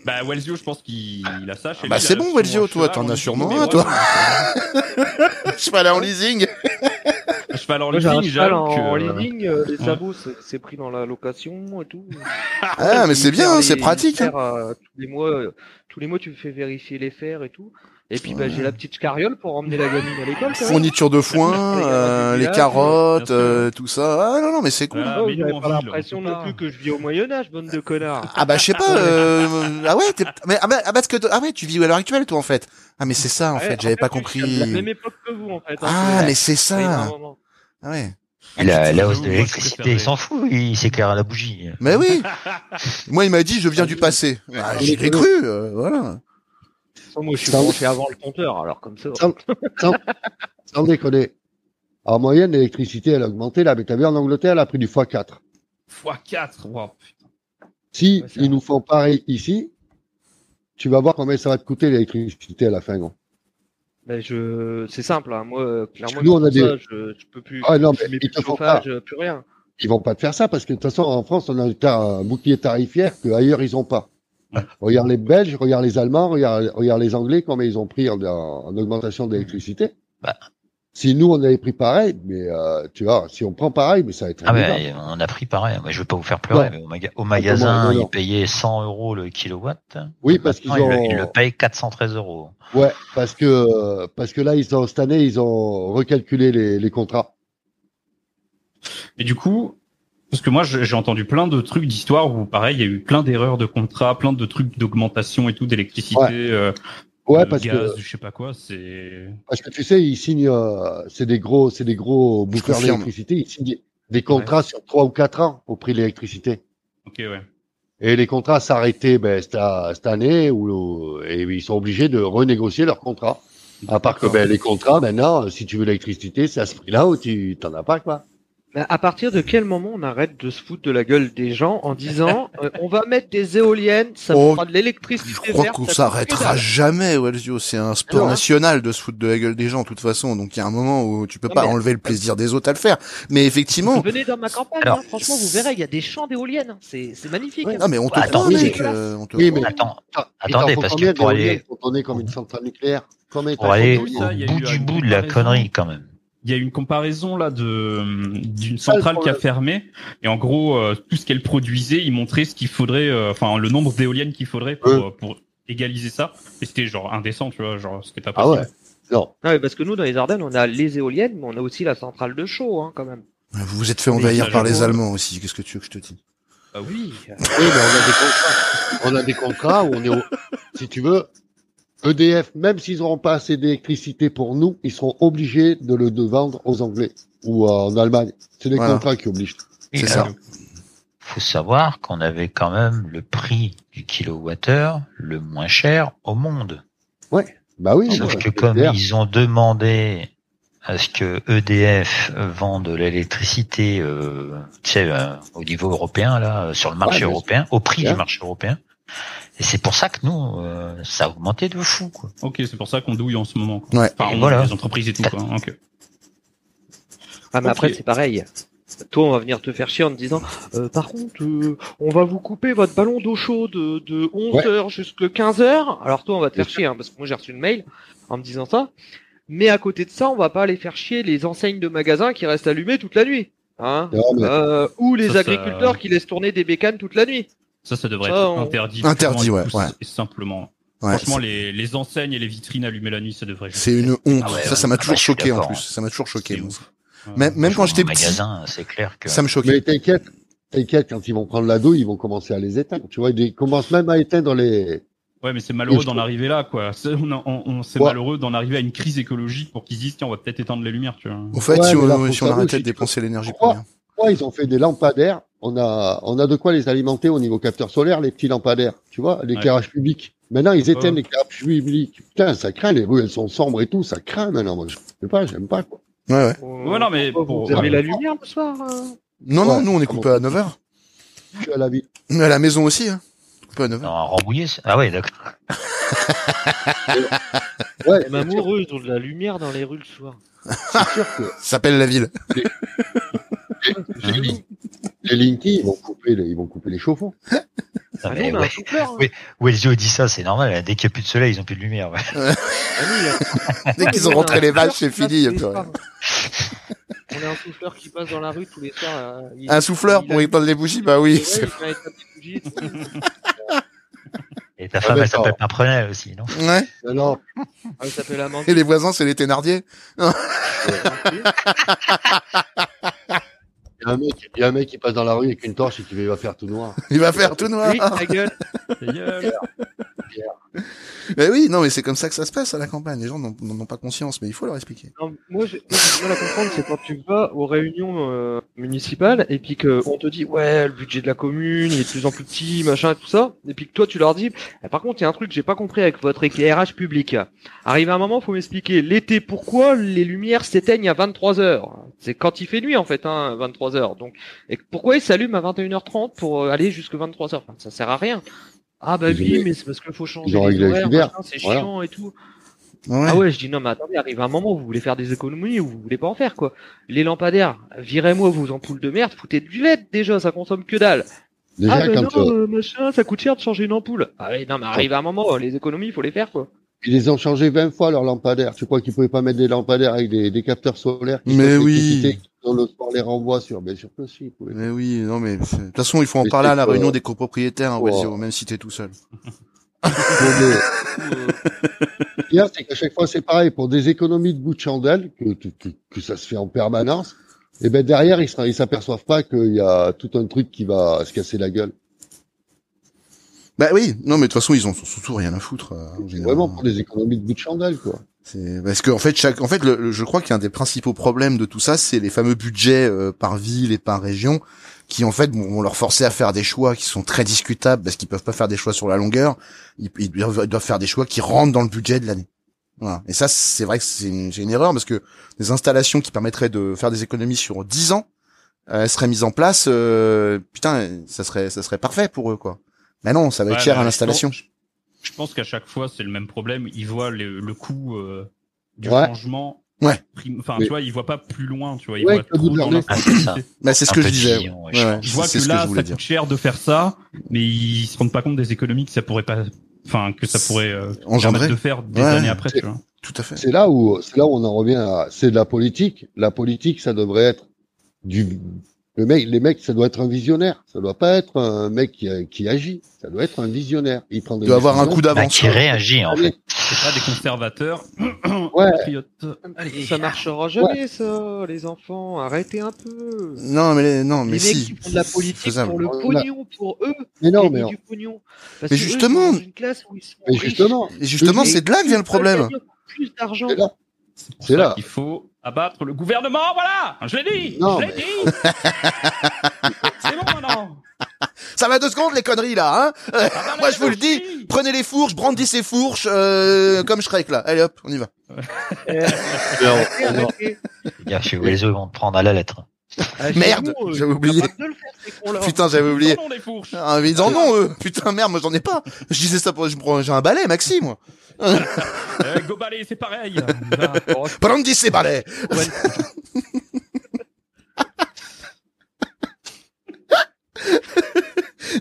Bah Welzio, je pense qu'il il a ça. chez
Bah,
lui, il
c'est
a
bon,
son
Welzio, toi,
cheval
t'en
en
as
leasing,
sûrement
mais
un,
ouais,
toi.
ouais,
Je vais aller en leasing.
un cheval en
Moi, j'ai un
leasing,
cheval
j'avoue
en, en
que.
leasing, euh, les
ouais.
sabots, c'est c'est pris dans la location et tout.
Ah, mais
Il
c'est bien,
perd
hein,
les-
c'est pratique.
il perd, euh, tous les mois, euh, tous les mois, tu me fais vérifier les fers et tout. Et puis, bah, j'ai la petite carriole pour emmener la gamine à l'école. quand même.
Fourniture de foin, euh, les
Bien sûr.
carottes,
Bien sûr.
euh, tout ça. Ah non, non, mais c'est cool.
Ah,
Oh,
mais nous,
J'avais
en
pas
ville,
l'impression
on peut
non
pas.
plus que je vis au Moyen Âge, bande de connards.
Ah bah je sais pas. Euh... Ah ouais, t'es- mais ah bah, ah, parce que t- ah ouais, tu vis à l'heure actuelle toi en fait. Ah mais c'est ça en
Ouais,
fait, j'avais pas
je suis de La même
compris.
époque que vous en fait. hein,
Ah
c'est-
mais c'est
c'est un
ça.
moment.
Ah ouais.
Et la, la
Moi,
hausse de
je
l'électricité,
préférais.
il s'en fout, il s'éclaire à la bougie.
Mais oui. Moi il m'a dit je viens du passé. Ah, J'y ai cru. euh, voilà.
Sans Moi, je suis
Ça-
branché avant le compteur, alors comme ça.
Ça- Sans déconner. En moyenne, l'électricité, elle a augmenté là, mais t'as vu en Angleterre, elle a pris du x4.
Fois 4 wow.
Si
Ouais, c'est
ils nous font pareil ici, tu vas voir combien ça va te coûter l'électricité à la fin. gros.
Mais je, c'est simple, hein, moi, euh, clairement.
Nous, on a
comme
des-
ça, Je, je peux plus.
Ah non,
je
mais
mets
ils
plus
te
de
font pas.
chauffage, euh, plus rien.
Ils vont pas te faire ça parce que de toute façon, en France, on a t'as un bouclier tarifaire que ailleurs ils ont pas. Regarde les Belges, regarde les Allemands, regarde, regarde les Anglais combien ils ont pris en, en- en augmentation d'électricité.
Bah.
Si nous on avait pris pareil, mais euh, tu vois, si on prend pareil, mais ça va être.
Ah
énorme.
mais on a pris pareil. Mais je veux pas vous faire pleurer,
Non.
mais au, maga- au
non,
magasin,
non, non.
ils payaient 100 euros le kilowatt.
oui, parce qu'ils
Maintenant, ils, le,
ont.
ils le payent 413 euros.
Ouais, parce que euh, parce que là, ils ont cette année, ils ont recalculé les, les contrats.
Et du coup, parce que moi je- j'ai entendu plein de trucs d'histoire où pareil, il y a eu plein d'erreurs de contrat, plein de trucs d'augmentation et tout d'électricité,
Ouais.
euh,
Ouais,
de
parce
gaz,
que
je sais pas quoi, c'est
parce que tu sais, ils signent, euh, c'est des gros, c'est des gros bouffeurs
confirme.
d'électricité. Ils signent des, des contrats sur trois ou quatre ans au prix de l'électricité.
OK ouais.
Et les contrats s'arrêtaient ben, cette, cette année où le- et ils sont obligés de renégocier leurs contrats. À part que ben, les contrats, maintenant, si tu veux l'électricité, c'est à ce prix-là où tu t'en as pas quoi.
Mais à partir de quel moment on arrête de se foutre de la gueule des gens en disant euh, on va mettre des éoliennes, ça
Oh,
fera de l'électricité
Je crois
verte,
qu'on
ça coûte que
s'arrêtera
dalle.
jamais, Welzio. C'est un sport
Non, hein.
national de se foutre de la gueule des gens, de toute façon. Donc il y a un moment où tu peux
Non,
pas
mais-
enlever le plaisir des autres à le faire. Mais effectivement,
Venez dans ma campagne,
Alors-
hein, franchement, vous verrez, il y a des champs d'éoliennes, hein, c'est c'est magnifique.
non mais on te
Attends,
croit,
oui,
mec.
mais-
euh, on te
Oui,
croit.
mais-
Attends,
Attends,
attendez, parce que pour aller,
on est comme une centrale nucléaire. Combien
pour
t'as
aller
construit
ça,
au
Ah, il y a
bout
eu
du
une
bout de la
comparaison.
connerie quand même.
Il y a eu une comparaison là de d'une
Ça, le
centrale qui a
problème.
fermé et en gros euh, tout ce qu'elle produisait, il montrait ce qu'il faudrait, euh, enfin le nombre d'éoliennes qu'il faudrait pour,
Euh.
euh, pour égaliser ça. Et c'était genre indécent, tu vois, genre c'était pas
Ah
possible.
ouais. Non.
Non, mais Ah parce que nous, dans les Ardennes, on a les éoliennes, mais on a aussi la centrale de chaux, hein, quand même.
Vous vous êtes fait
Mais
envahir
ça,
par les
j'avoue.
Allemands aussi. Qu'est-ce que tu veux que je te dise
Ah oui.
Oui, mais on a des contrats. On a des contrats où on est au... Si tu veux, EDF, même s'ils n'auront pas assez d'électricité pour nous, ils seront obligés de le de vendre aux Anglais ou euh, en Allemagne. C'est des
Voilà.
contrats qui obligent.
Il
C'est ça.
faut savoir qu'on avait quand même le prix du kilowattheure le moins cher au monde.
Bah oui.
Sauf
ouais,
que
c'est
comme
clair.
ils ont demandé à ce que EDF vende de l'électricité euh, tu sais, euh, au niveau européen, là, euh, sur le
Ouais,
marché
bien sûr.
européen, au prix
Bien.
du marché européen, et c'est pour ça que nous, euh, ça a augmenté de fou. Quoi.
Ok, c'est pour ça qu'on douille en ce moment. quoi.
Ouais.
Enfin,
Et
on-
voilà.
les entreprises et tout quoi. hein, ok.
Ah, mais
Ok.
après, c'est pareil. Toi, on va venir te faire chier en te disant, euh, par contre, euh, on va vous couper votre ballon d'eau chaude de, de 11h jusqu'à 15h. Alors toi, on va te faire chier, hein, parce que moi, j'ai reçu le mail en me disant ça. Mais à côté de ça, on va pas aller faire chier les enseignes de magasins qui restent allumées toute la nuit. Hein
Non, mais-
Euh, ou les
Ça, ça-
agriculteurs qui laissent tourner des bécanes toute la nuit.
Ça, ça devrait
Ça,
être
on-
interdit.
Interdit,
purement et
ouais,
tout-
ouais.
et simplement.
Ouais,
Franchement, les, les enseignes et les vitrines allumées la nuit, ça devrait. juste
C'est une
être-
honte.
Ah ouais,
ça,
ouais.
ça m'a
Ah
toujours
bah, je suis
choqué en
d'accord,
plus.
hein.
Ça m'a toujours choqué.
C'est
moi.
ouf. Ouais.
Même, même quand j'étais petit,
magasin, c'est clair que.
ça me choquait.
Mais t'inquiète, t'inquiète, quand ils vont prendre la douille, ils vont commencer à les éteindre. Tu vois, ils commencent même à éteindre les.
Ouais, mais c'est malheureux
Et je
d'en
trouve-
arriver là, quoi. C'est on, on- on- c'est
Ouais.
malheureux d'en arriver à une crise écologique pour qu'ils disent tiens, on va peut-être éteindre les lumières, tu vois.
Au fait,
Ouais,
si
mais là,
on,
faut
si on
savoir
arrêtait
aussi
de dépenser l'énergie pour
Pourquoi
rien.
Pourquoi ils ont fait des lampadaires On a, on a de quoi les alimenter au niveau capteur solaire, les petits lampadaires. Tu vois, l'éclairage public. Maintenant, ils éteignent
Ouais.
l'éclairage public. Putain, ça craint. Les rues, elles sont sombres et tout. Ça craint maintenant. Moi, je sais pas, j'aime pas. Quoi.
Ouais, ouais.
Ouais, non, mais
Vous
pour-
fermez
ouais.
la lumière le soir euh
Non, non,
Ouais.
nous on est coupé à 9h.
Je suis à la ville.
Mais à la maison aussi, hein. Coupé à 9h.
Non, à Rambouillet, c'est- ah ouais, d'accord.
Ouais,
Même amoureux, ils ont de la lumière dans les rues le soir.
c'est sûr que
Ça s'appelle la ville.
les, Lin- les Linky, ils vont couper les, ils vont couper les chauffe-eau.
Non,
Ah, nous,
mais
on a un
ouais.
chauffeur, hein.
Oui. Wellsio dit ça, c'est normal. hein. Dès qu'il n'y a plus de soleil, ils ont plus de lumière. ouais.
Ah, nous, il y a-
Dès qu'ils ont
on a
rentré
un
les vaches, c'est
chauffeur qui
fini. y
Ah,
a
passe
plus
tous les
rien.
soirs. On a un souffleur qui passe dans la rue tous les soirs. euh, il-
Un souffleur
il
pour
allume-
éteindre les bougies, bah
Ouais,
oui.
il
c'est-
fait un tapis de bougie et tout.
Et
Ah
ta femme, elle
d'accord.
s'appelle Pimprenel aussi, non
Ouais.
Non, non,
Ah, il s'appelle
Et
Amandine.
les voisins, c'est les Thénardier.
il y a un mec, il y a un mec qui passe dans la rue avec une torche et qui va faire tout noir.
Ah,
Il va faire tout noir.
Oui, ta gueule.
Ta gueule.
Mais oui, non, mais c'est comme ça que ça se passe à la campagne. Les gens n'en- n'en ont pas conscience, mais il faut leur expliquer.
Non, moi, j'ai moi, j'ai du mal à comprendre, c'est quand tu vas aux réunions euh, municipales et puis que on te dit ouais le budget de la commune il est de plus en plus petit machin et tout ça et puis que toi tu leur dis Ah, par contre il y a un truc que j'ai pas compris avec votre éclairage public. Arrive un moment faut m'expliquer l'été pourquoi les lumières s'éteignent à 23 h C'est quand il fait nuit en fait hein 23 h donc et pourquoi ils s'allument à 21h30 pour euh, aller jusque 23 h enfin, ça sert à rien. Ah bah
Ils ont
oui
ré-
mais c'est parce qu'il faut changer
ils ont
les
réglé
horaires,
l'hiver.
machin, c'est
Voilà.
chiant et tout.
Ouais.
Ah ouais, je dis non, mais attendez, arrive un moment où vous voulez faire des économies ou vous voulez pas en faire quoi. Les lampadaires, virez-moi vos ampoules de merde, foutez du LED déjà, ça consomme que dalle.
Déjà,
ah mais
quand,
non,
euh,
euh, machin, ça coûte cher de changer une ampoule. Ah ouais, non, mais arrive un moment, les économies, il faut les faire quoi.
Ils les ont changé 20 fois leurs lampadaires. Tu crois qu'ils pouvaient pas mettre des lampadaires avec des, des capteurs solaires qui
Mais
stockent
oui.
l'électricité, qui, Dans le soir les renvoie sur. Bien sûr que si. ils pouvaient.
Mais oui, non, mais c'est- de toute façon, il faut en
Mais
parler
c'est
à la
que-
réunion des copropriétaires, hein,
Oh.
Wazio, même si t'es tout seul.
Pour des- Le pire, c'est qu'à chaque fois c'est pareil pour des économies de bout de chandelle que, que, que- que ça se fait en permanence. Et ben derrière ils se- ils s'aperçoivent pas qu'il y a tout un truc qui va se casser la gueule.
Bah oui, non, mais de toute façon, ils ont surtout rien à foutre. euh, en
C'est
général.
vraiment pour des économies de bout de chandelle quoi.
C'est parce que en fait chaque en fait le, le- je crois qu'un des principaux problèmes de tout ça c'est les fameux budgets euh, par ville et par région qui en fait vont vont leur forcer à faire des choix qui sont très discutables parce qu'ils peuvent pas faire des choix sur la longueur ils, ils doivent, ils doivent faire des choix qui rentrent dans le budget de l'année voilà et ça c'est vrai que c'est une, c'est une erreur parce que des installations qui permettraient de faire des économies sur 10 ans euh, elles seraient mises en place euh, putain ça serait ça serait parfait pour eux quoi mais non ça va être
Ouais,
cher
bah,
à
je
l'installation
pense- Je pense qu'à chaque fois, c'est le même problème. Ils voient le, le coût euh, du
Ouais.
changement.
Ouais.
Prim- Enfin,
Mais-
tu vois, ils voient pas plus loin, tu vois. Ils
Ouais,
voient
que vous
trop dans
gardez-
l'instant.
Ah, c'est ça.
bah c'est ce
Un
que je
peu de
disais
vision, ouais,
ouais,
je
ouais,
pense.
Ils voient
c'est
que
ce que je
là, ça
voulais
coûte
dire
cher de faire ça, mais ils se rendent pas compte des économies que ça pourrait pas, enfin, que ça pourrait euh,
Engendrer.
permettre de Bah, faire des
Ouais.
années après, tu vois.
tout à fait
C'est là où c'est là où on en revient à c'est de la politique. La politique, ça devrait être du le mec, les mecs, ça doit être un visionnaire. Ça doit pas être un mec qui, qui agit. Ça doit être un visionnaire. Il prend des
Il doit avoir un coup
décisions.
Bah,
d'avance.
qui réagit, en fait.
C'est pas des conservateurs.
Ouais.
patriotes.
Allez, ça marchera jamais ça, les enfants, arrêtez un peu.
Non, mais les- non,
Les
mais
mecs
si.
qui font de la
c'est
politique
faisable.
pour le
Voilà.
pognon, pour eux,
Mais non,
gagner
mais,
du pognon. Parce
Mais
que eux, ils sont
justement.
dans une classe où ils sont
mais
riches.
justement,
Et justement,
Mais-
c'est de là que vient le problème.
Ils veulent gagner Plus d'argent.
c'est là.
C'est
C'est
là.
là.
Il faut abattre le gouvernement, voilà Je l'ai dit
Non,
Je l'ai
mais-
dit C'est bon maintenant
Ça va deux secondes les conneries là, hein Euh,
Ah, bah,
Moi,
là,
je vous le dis. Prenez les fourches, brandissez les fourches, euh, comme Shrek là. Allez hop, on y va.
Arrêtez, arrêtez.
Fais Gaffe, chez Wellsio, ils vont te prendre à la lettre.
Ah, chez
Merde,
nous, euh,
j'avais oublié.
capable de le faire, ces cons-là.
Putain, j'avais oublié.
Non, non, les fourches
Ah, mais ils en ont eux. Putain, merde, moi j'en ai pas. Je disais ça pour, je prends- j'ai un balai, Maxi, moi.
Euh, Gobalet, c'est pareil Ah, On y va.
Oh,
Brandissez balais.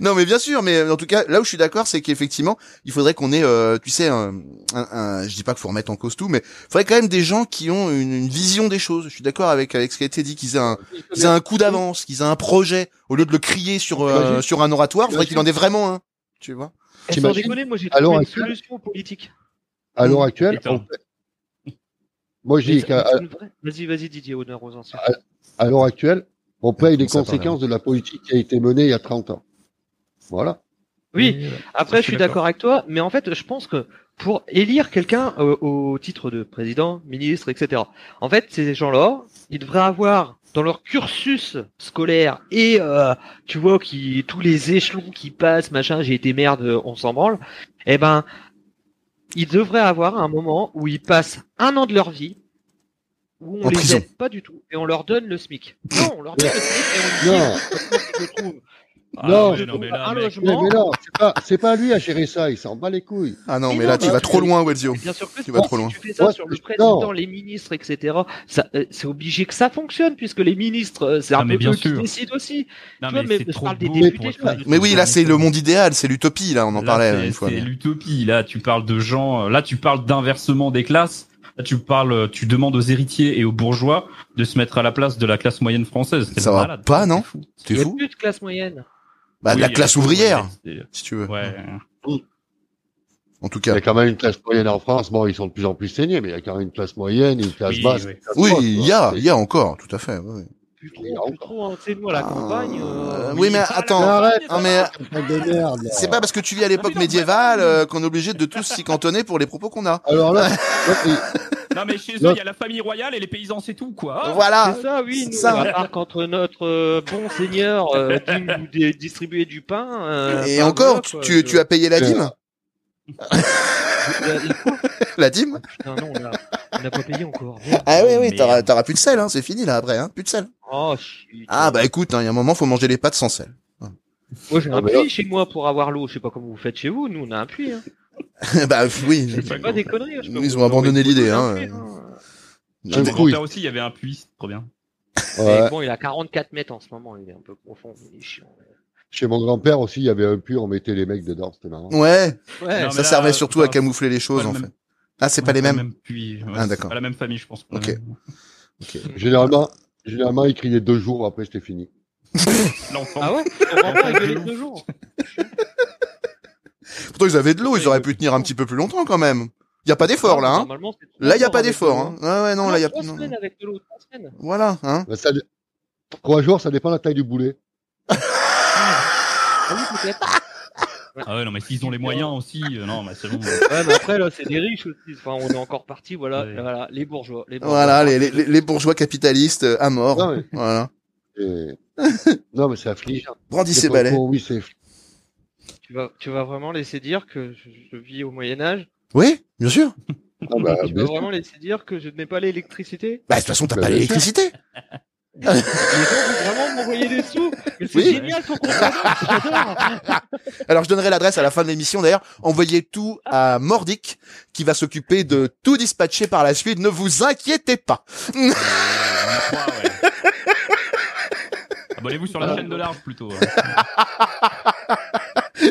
Non, mais bien sûr, mais en tout cas, là où je suis d'accord, c'est qu'effectivement, il faudrait qu'on ait, euh, tu sais, un, un- un- je dis pas qu'il faut remettre en cause tout, mais il faudrait quand même des gens qui ont une, une vision des choses. Je suis d'accord avec, avec ce qui a été dit, qu'ils aient un, qu'ils aient un coup d'avance, qu'ils aient un projet, au lieu de le crier sur, euh,
Imagine.
sur un oratoire, il faudrait qu'il en ait vraiment un. Tu vois
Et sans
T'imagines
déconner, moi j'ai
Alors,
trouvé une
actuel-
solution politique.
À l'heure actuelle,
Putain.
on fait- moi je dis
Mais
qu'à
ça-
à-
c'est une vraie- Vas-y, vas-y, Didier, honneur aux anciens.
à l'heure actuelle, on paye les
Ça parle,
conséquences de la politique qui a été menée il y a 30 ans. Voilà.
Oui,
Et, euh,
Après,
Ça,
je suis d'accord avec toi, mais en fait, je pense que pour élire quelqu'un euh, au titre de président, ministre, etc., en fait, ces gens-là, ils devraient avoir dans leur cursus scolaire et euh, tu vois qui tous les échelons qui passent, machin, j'ai été merde, euh, on s'en branle. Eh ben, ils devraient avoir un moment où ils passent un an de leur vie où on
En
les
prison.
aide pas du tout et on leur donne le SMIC. Non, on leur donne le SMIC et on
Non,
dit, je trouve
Ah,
Non,
mais non, mais là,
un
mec,
mais,
logement.
mais non, c'est pas, c'est pas à lui à gérer ça, il s'en bat les couilles.
Ah non,
Mais
mais
non,
là, tu
mais-
vas trop loin, Wedzio.
Mais Bien sûr que
Tu vas
si
trop loin.
tu fais ça
Ouais,
sur le
je-
président,
non.
les ministres, etc., ça, euh, c'est obligé que ça fonctionne, puisque les ministres, euh, c'est
Ah,
un
mais
peu
bien
eux qui
sûr.
décident aussi.
non,
tu vois, mais
c'est
je
trop
parle des
beau
députés,
pour
je
être-
parle
Mais oui, là, c'est le monde idéal, c'est l'utopie, là, on en
Là,
parlait
c'est-
une fois.
C'est
mais-
l'utopie. Là, tu parles de gens. euh, Là, tu parles d'inversement des classes. Là, tu parles. euh, Tu demandes aux héritiers et aux bourgeois de se mettre à la place de la classe moyenne française. C'est
Ça va
malade,
pas,
c'est
non
fou.
T'es
Il y a
fou
plus de classe moyenne.
Bah, de
Oui,
la
il y a
classe
moyenne,
ouvrière,
c'est-
si tu veux.
Ouais.
En tout cas.
Il y a quand même une classe moyenne en France. Bon, ils sont de plus en plus saignés, mais il y a quand même une classe moyenne, une classe
Oui,
basse.
oui.
une classe
Oui,
haute,
il y
quoi.
a,
C'est-
il y a encore, tout à fait. ouais.
Plus
Il y a
trop, plus
encore.
trop, hein, c'est nous à la
Ah,
campagne. euh,
oui, mais
ah, la
attends.
campagne,
Ah,
ça
mais-
va.
Comme des merdes, là.
C'est pas parce que tu vis à l'époque médiévale euh, qu'on est obligé de tous s'y cantonner pour les propos qu'on a.
Alors là, là, c'est-
Non, mais chez eux,
Non.
il y a la famille royale et les paysans, c'est tout, quoi. Ah,
Voilà.
C'est ça, oui.
ah,
Nous,
ça.
À part contre notre euh, bon seigneur euh, qui nous dé- distribuait du pain. euh,
Et
Ah,
par
encore,
bloc,
tu,
quoi,
tu-
je-
tu as payé la dîme
je-
La dîme
Putain, non, on a- on n'a pas payé encore.
Ah oui, oui,
Oh, merde.
t'auras t'auras plus de sel, hein, c'est fini là après, hein, plus de sel.
Oh, shit.
Ah bah écoute, il y a un moment, faut manger les pâtes sans sel.
Moi j'ai
Ah,
bah,
un
mais
puits chez moi pour avoir l'eau. Je sais pas comment vous faites chez vous. Nous on a un puits. Hein.
bah oui.
C'est pas des conneries. hein, je peux
Ils
vous
ont abandonné
envoyer
l'idée,
un
hein.
puits,
J'aime
Mon
beaucoup.
grand-père aussi, il y avait un puits, c'est trop bien.
Ouais.
Mais bon, il a 44 mètres en ce moment. Il est un peu profond. Il est chiant.
Chez mon grand-père aussi, il y avait un puits, on mettait les mecs dedans, c'était marrant.
Ouais,
Ouais.
Non, mais
ça
là,
servait surtout
pas-
à camoufler les choses
pas
en
le
fait.
même-
Ah, c'est pas les mêmes.
puits. Ouais,
Ah,
c'est
d'accord.
Pas la même famille, je pense.
Ok.
Généralement, généralement, ils criaient deux jours, après c'était fini.
L'enfant.
Ah ouais Ton grand-père, il gueulait deux jours.
Pourtant ils avaient de l'eau, ils auraient pu tenir un petit peu plus longtemps quand même. Y a pas d'effort là, hein.
Normalement, c'est trois
Là y a
jours
pas
avec
d'effort,
de
hein.
l'eau.
Ouais ouais non, là y a
Trois
non.
semaines avec de l'eau. Trois semaines.
Voilà, hein.
Ben, ça- Trois jours, ça dépend de la taille du boulet.
Ah oui, peut-être.
Ah ouais, non, mais s'ils ont les moyens aussi, euh, non, mais c'est bon.
Ouais, mais après, là, c'est des riches aussi. Enfin, on est encore parti. Voilà,
Ouais.
voilà les bourgeois. Les bourgeois.
Voilà, les, les, les bourgeois capitalistes euh, à mort.
Non, mais,
Voilà.
c'est- non, mais c'est affligeant.
Brandis ses
C'est pas
balais.
con, Oui, c'est
Tu vas, tu vas vraiment laisser dire que je, je vis au Moyen-Âge
Oui, bien sûr.
Ah bah,
Tu
bien
vas
sûr.
vraiment laisser dire que je n'ai pas l'électricité
Bah, de toute façon, t'as
Bah,
pas
bien
l'électricité.
Les gens veulent vraiment m'envoyer des sous. Mais c'est
Oui.
génial ton compagnon, j'adore.
Alors, je donnerai l'adresse à la fin de l'émission. D'ailleurs, envoyez tout à Mordic, qui va s'occuper de tout dispatcher par la suite. Ne vous inquiétez pas.
On y croit, ouais. Abonnez-vous sur la chaîne de l'arbre plutôt. hein.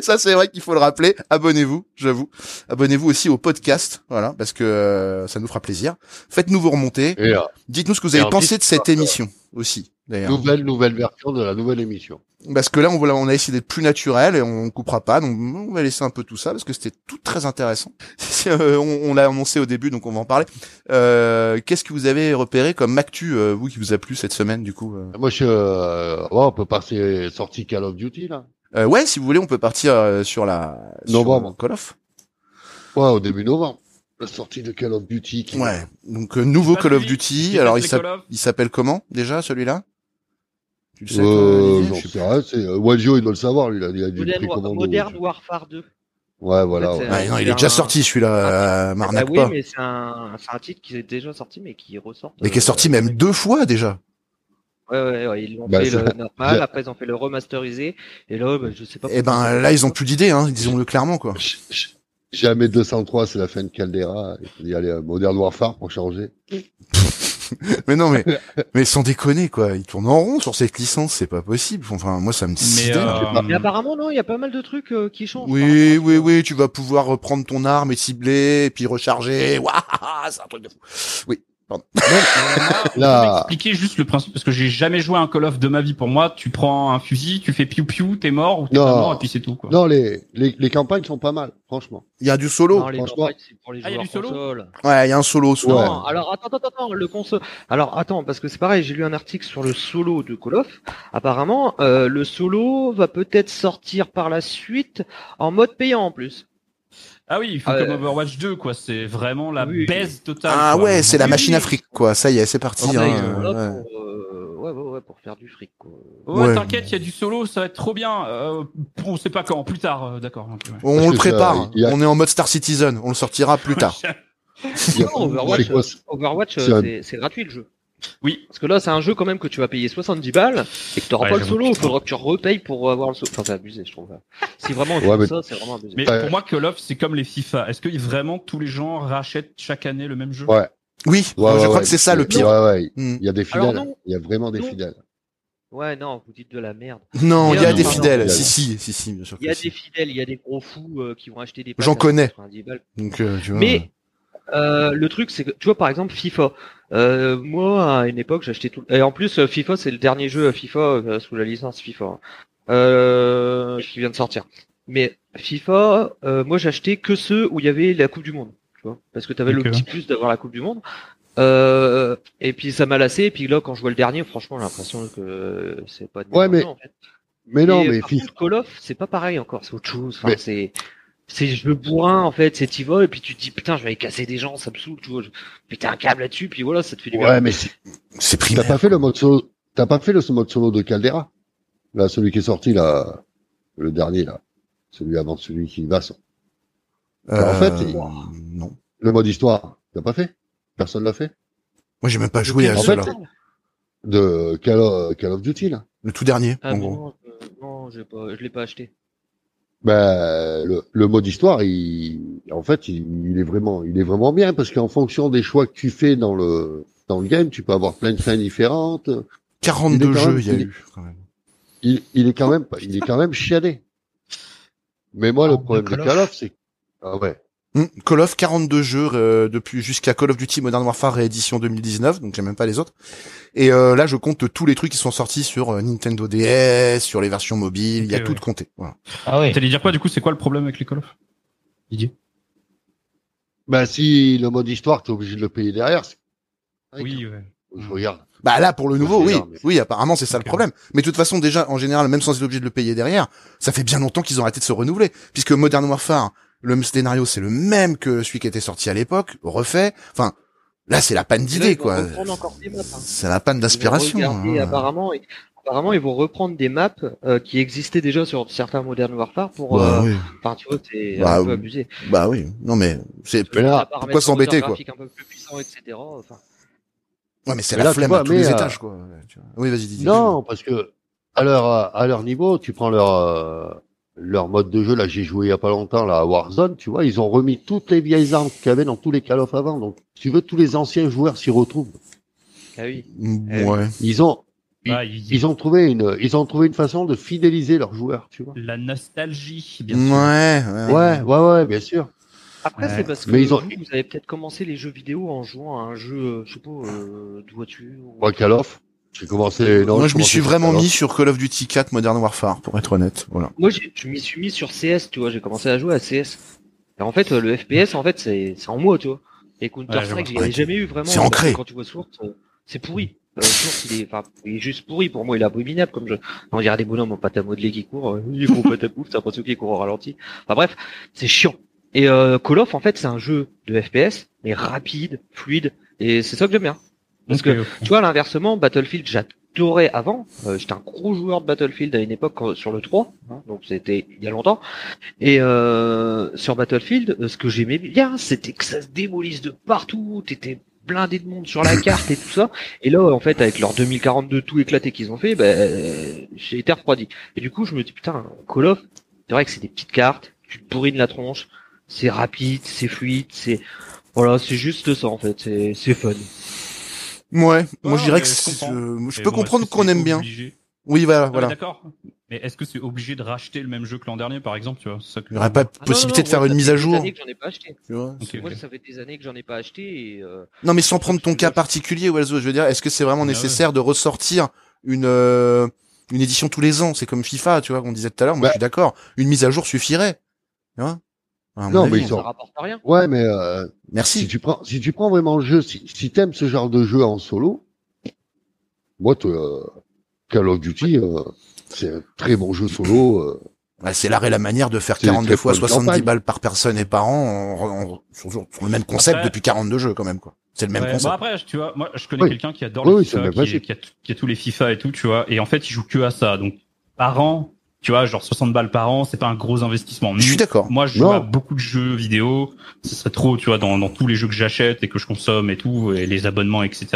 Ça, c'est vrai qu'il faut le rappeler. Abonnez-vous, j'avoue. Abonnez-vous aussi au podcast. Voilà, parce que euh, ça nous fera plaisir. Faites-nous vous remonter.
Et, euh,
Dites-nous ce que vous avez
Et
pensé de cette émission aussi. D'ailleurs.
nouvelle, nouvelle version de la nouvelle émission.
Parce que là, on, voilà, on a essayé d'être plus naturel et on coupera pas, donc on va laisser un peu tout ça parce que c'était tout très intéressant. Euh, on on l'a annoncé au début, donc on va en parler. Euh, Qu'est-ce que vous avez repéré comme actu, euh, vous, qui vous a plu cette semaine, du coup euh
Moi, je, euh, ouais, on peut passer sortie Call of Duty, là.
Euh, Ouais, si vous voulez, on peut partir euh, sur la sur
Novembre.
Call of.
Ouais, au début novembre. La sortie de Call of Duty. qui-
Ouais. Donc euh, nouveau
Pas
Call of
celui qui
Duty. Alors
passe
il
les
s'appelle
Call of.
il s'appelle comment déjà celui-là Tu le sais toi,
Euh,
Olivier
j'en
Je sais
sais rien, c'est, euh, Wazio, il doit le savoir, lui, il a, il a dû
Modern, Wa-
précommander.
Modern Warfare 2.
Ouais, voilà.
En fait,
ouais.
c'est-
Ouais, non, il est
un-
déjà sorti celui-là, euh,
Ah
m'arnaque
oui,
pas.
mais c'est un, c'est un titre qui est déjà sorti, mais qui ressort.
Mais qui est
euh,
sorti même deux fois déjà.
Ouais, ouais, ouais, ils l'ont
Bah,
fait
c'est-
le normal, après ils ont fait le remasterisé, et là, bah, je sais pas.
Eh ben là, ils ont plus d'idées, hein, disons-le clairement, quoi.
Ch- ch- Jamais 203, c'est la fin de Caldera. Il y a les euh, Modern Warfare pour changer.
Mais non, mais, mais sans déconner, quoi. Ils tournent en rond sur cette licence, c'est pas possible. Enfin, moi, ça me
Mais,
sidère.
euh,
Mais apparemment, non, il y a pas mal de trucs euh, qui changent.
Oui,
par rapport à
oui,
ça.
oui, tu vas pouvoir reprendre ton arme et cibler, et puis recharger. Waouh, c'est un truc de fou. Oui.
Là,
Expliquez juste le principe parce que j'ai jamais joué à un Call of de ma vie. Pour moi, tu prends un fusil, tu fais piou piou, t'es mort ou t'es
Non.
pas mort et puis c'est tout quoi.
non, les, les, les campagnes sont pas mal, franchement.
Il y a du solo.
Non, les
franchement.
campagnes, c'est pour les
Ah, il y a
joueurs
du solo
console.
Ouais, il y a un solo souvent.
Non, alors attends, attends, attends, le console. Alors attends, parce que c'est pareil, j'ai lu un article sur le solo de Call of. Apparemment, euh, le solo va peut-être sortir par la suite en mode payant en plus.
Ah oui, il faut
Ah,
comme
euh,
Overwatch 2 quoi. C'est vraiment la
Oui.
baisse totale.
Ah
quoi.
ouais, c'est la
Oui,
machine
oui.
à fric, quoi. Ça y est, c'est parti.
Ah,
hein,
bah, ils sont là
ouais.
pour, euh, ouais, ouais, ouais, pour faire du fric. Quoi.
Ouais,
Ouais.
t'inquiète, il y a du solo, ça va être trop bien. Euh, on sait pas quand, plus tard, euh, d'accord. ok, ouais.
On,
Parce
le
que ça,
prépare.
il y a-
On est en mode Star Citizen. On le sortira plus tard.
Il y a-
Non, Overwatch,
c'est quoi, ce-
Overwatch,
C'est
euh,
un-
c'est c'est gratuit le jeu.
Oui.
Parce que là, c'est un jeu quand même que tu vas payer 70 balles et que t'auras
Ouais,
pas le
j'avoue,
solo. Il
putain.
faudra que tu repayes pour avoir le solo. Enfin, c'est abusé, je trouve. hein. Si vraiment on
Ouais,
fait
mais-
ça, c'est vraiment abusé.
Mais
Ouais.
pour moi, Call of, c'est comme les FIFA. Est-ce que vraiment tous les gens rachètent chaque année le même jeu
Ouais.
Oui,
Ouais,
je
ouais,
crois
ouais.
que c'est ça le pire.
Ouais, ouais.
Hmm.
Il y a des
Alors
fidèles.
non.
Il y a vraiment des
Non.
fidèles.
Ouais, non, vous dites de la merde.
Non, il y a
Non,
des
non,
fidèles.
non.
Si, si, si, si, bien sûr.
Il y a
que si.
des fidèles, il y a des gros fous euh, qui vont acheter des. packs
J'en
à
connais.
90 balles.
Donc, euh, tu vois,
Mais euh, le truc, c'est que tu vois par exemple FIFA. Euh, moi, à une époque, j'achetais tout. Et en plus, euh, FIFA, c'est le dernier jeu euh, FIFA euh, sous la licence FIFA hein, euh, qui vient de sortir. Mais FIFA, euh, moi, j'achetais que ceux où il y avait la Coupe du Monde. Tu vois, parce que t'avais le
Ok.
petit plus d'avoir la Coupe du Monde. Euh, et puis ça m'a lassé. Et puis là, quand je vois le dernier, franchement, j'ai l'impression que euh, c'est pas. de
Ouais,
bon
mais-
temps, en fait.
Mais non, mais
par
FIFA.
contre, Call of, c'est pas pareil encore, c'est autre chose. Enfin,
Mais-
c'est c'est je veux bourrin en fait, c'est t'y vas et puis tu te dis putain je vais aller casser des gens, ça me saoule, tu vois. Je... Putain un câble là-dessus, puis voilà ça te fait du bien.
Ouais, mais c'est-
euh, c'est
t'as
primaire.
pas fait le mode solo. T'as pas fait le mode solo de Caldera. Là, celui qui est sorti là, le dernier là, celui avant celui qui va. sur- en fait, il-
Euh, non.
Le mode histoire, t'as pas fait. Personne l'a fait.
Moi, j'ai même pas joué à
en
cela.
fait, De Call of, Call of Duty là.
Le tout dernier,
Ah,
en
mais
gros.
non, euh, non, j'ai pas, je l'ai pas acheté.
Ben, le, le mode histoire, il, en fait, il, il est vraiment, il est vraiment bien parce qu'en fonction des choix que tu fais dans le dans le game, tu peux avoir plein de fins différentes. il
42
est quand
jeux,
même-
il y a
il est-
eu. quand même.
Il, il est quand même, pas- il est quand même chialé. Mais moi,
Ah,
le
de
problème de
Call of.
Call of, c'est ah ouais,
Hmm, Call of 42 jeux euh, depuis jusqu'à Call of Duty Modern Warfare réédition 2019 donc j'ai même pas les autres et euh, là je compte tous les trucs qui sont sortis sur euh, Nintendo DS sur les versions mobiles il y a
Ok,
tout
ouais.
compté voilà.
Ah oui.
T'allais dire quoi du coup C'est quoi le problème avec les Call of
ben si le mode histoire, t'es obligé de le payer derrière. c'est-
Oui, ouais.
je regarde.
bah là pour le nouveau
c'est
oui
bizarre, mais-
oui apparemment c'est ça
Ok,
le problème mais de toute façon déjà en général même sans être obligé de le payer derrière ça fait bien longtemps qu'ils ont arrêté de se renouveler puisque Modern Warfare le m- scénario c'est le même que celui qui était sorti à l'époque refait enfin là c'est la panne
Là,
d'idées
ils vont
quoi
reprendre encore des maps, hein.
c'est la panne
Ils vont
d'inspiration
regarder,
hein.
apparemment, et- apparemment ils vont reprendre des maps euh, qui existaient déjà sur certains Modern Warfare pour.
Bah
euh,
oui.
Enfin tu vois c'est
Bah,
un peu
oui.
abusé.
Bah oui, non mais c'est
Mais là,
À part
pourquoi
mettre un
s'embêter,
moteur
quoi
graphique Un peu plus puissant etc. Enfin,
ouais mais c'est
Mais
la
là, tu
flemme
vois,
à tous
mais,
les
euh,
étages quoi. Ouais, tu vois. Oui, vas-y dis.
Non, parce que à leur euh, à leur niveau, tu prends leur euh, leur mode de jeu. Là, j'ai joué il y a pas longtemps là à Warzone. Tu vois, ils ont remis toutes les vieilles armes qu'il y avait dans tous les Call of avant. Donc, si tu veux, tous les anciens joueurs s'y retrouvent.
ah oui.
Eh,
Mm, Ouais.
Ils ont
Bah, il-
ils ont trouvé une ils ont trouvé une façon de fidéliser leurs joueurs. Tu vois.
La nostalgie, bien sûr.
Ouais.
Ouais, ouais, ouais, bien sûr.
Après,
Ouais.
c'est parce que
Mais ils ont-
vous, vous avez peut-être commencé les jeux vidéo en jouant à un jeu, euh, je sais pas, euh, de voiture. ou-
Moi, Call of, j'ai commencé. non,
Moi
j'ai
je m'y
commencé
suis
par
vraiment
Call of.
mis sur Call of Duty 4 Modern Warfare pour être honnête. Voilà.
Moi, j'ai- je m'y suis mis sur CS, tu vois, j'ai commencé à jouer à CS. Et en fait, euh, le FPS, en fait, c'est c'est en moi, tu vois. Et
Ouais, je vois.
Counter-Strike, j'y avais jamais eu vraiment.
C'est
parce
ancré.
que Quand tu vois Source, euh, c'est pourri. Euh, Source, il est, enfin, il est juste pourri. Pour moi, il est abominable comme jeu. On dirait des bonhommes en pâte à modeler qui courent. euh, Ils font pâte à pouf, t'as l'impression qu'ils courent au ralenti. Enfin bref, c'est chiant. Et euh, Call of, en fait, c'est un jeu de FPS, mais rapide, fluide. Et c'est ça que j'aime bien. Parce
Ok,
que
ok.
Tu vois, à l'inversement, Battlefield, j'adorais avant. Euh, J'étais un gros joueur de Battlefield à une époque quand- sur le 3, hein, donc c'était il y a longtemps. Et euh, sur Battlefield, euh, ce que j'aimais bien, c'était que ça se démolisse de partout, t'étais blindé de monde sur la carte et tout ça. Et là, en fait, avec leur 2042 tout éclaté qu'ils ont fait, ben, euh, j'ai été refroidi. Et du coup, je me dis, putain, Call of, c'est vrai que c'est des petites cartes, tu te bourrines la tronche, c'est rapide, c'est fluide, c'est... Voilà, c'est juste ça en fait, c'est c'est fun.
Ouais. Moi je dirais
mais
que
je
c'est-
comprends.
euh, je
Et
peux
bon,
comprendre
est-ce que
qu'on
c'est
aime bien.
obligé
Oui, voilà,
Ah, mais
voilà.
D'accord. Mais est-ce que c'est obligé de racheter le même jeu que l'an dernier, par exemple, tu vois c'est ça que-
Il n'y aurait pas
Ah non,
possibilité
non,
de faire
ouais,
une
ça
mise
fait
à
des
jour.
années que j'en ai pas acheté.
tu vois.
Ok, ok.
Moi, ça fait des années que j'en ai pas acheté. Et, euh,
Non, mais sans prendre ton cas particulier, Walzo, je veux dire, est-ce que c'est vraiment
Ah ouais.
nécessaire de ressortir une euh, une édition tous les ans C'est comme FIFA, tu vois, qu'on disait tout à l'heure. Moi,
Bah.
je suis d'accord. Une mise à jour suffirait. Tu vois À mon
Non,
avis.
mais ils
ça
sont-
rapporte rien.
Ouais, mais euh, si
Merci.
tu prends, si tu prends vraiment le jeu, si, si t'aimes ce genre de jeu en solo, moi, t'es, euh, Call of Duty, euh, c'est un très bon jeu solo. euh,
Ouais, c'est l'art et la manière de faire
C'est une
42
très
fois
bonne
70
campagne.
balles par personne et par an en- en- sur, sur- sur le même concept
Après-
depuis 42 jeux quand même quoi. C'est le même
Ouais, bah, bon
concept.
après, tu vois, moi je connais
Oui.
quelqu'un qui adore
Oui,
les
oui, c'est
FIFA,
le même
qui, est-
principe.
qui a, tout- qui a tous les FIFA et tout, tu vois, et en fait il joue que à ça. Donc par an, tu vois, genre 60 balles par an, c'est pas un gros investissement.
Je suis d'accord.
Moi, je joue
Non.
à beaucoup de jeux vidéo. Ce serait trop, tu vois, dans, dans tous les jeux que j'achète et que je consomme et tout, et les abonnements, etc.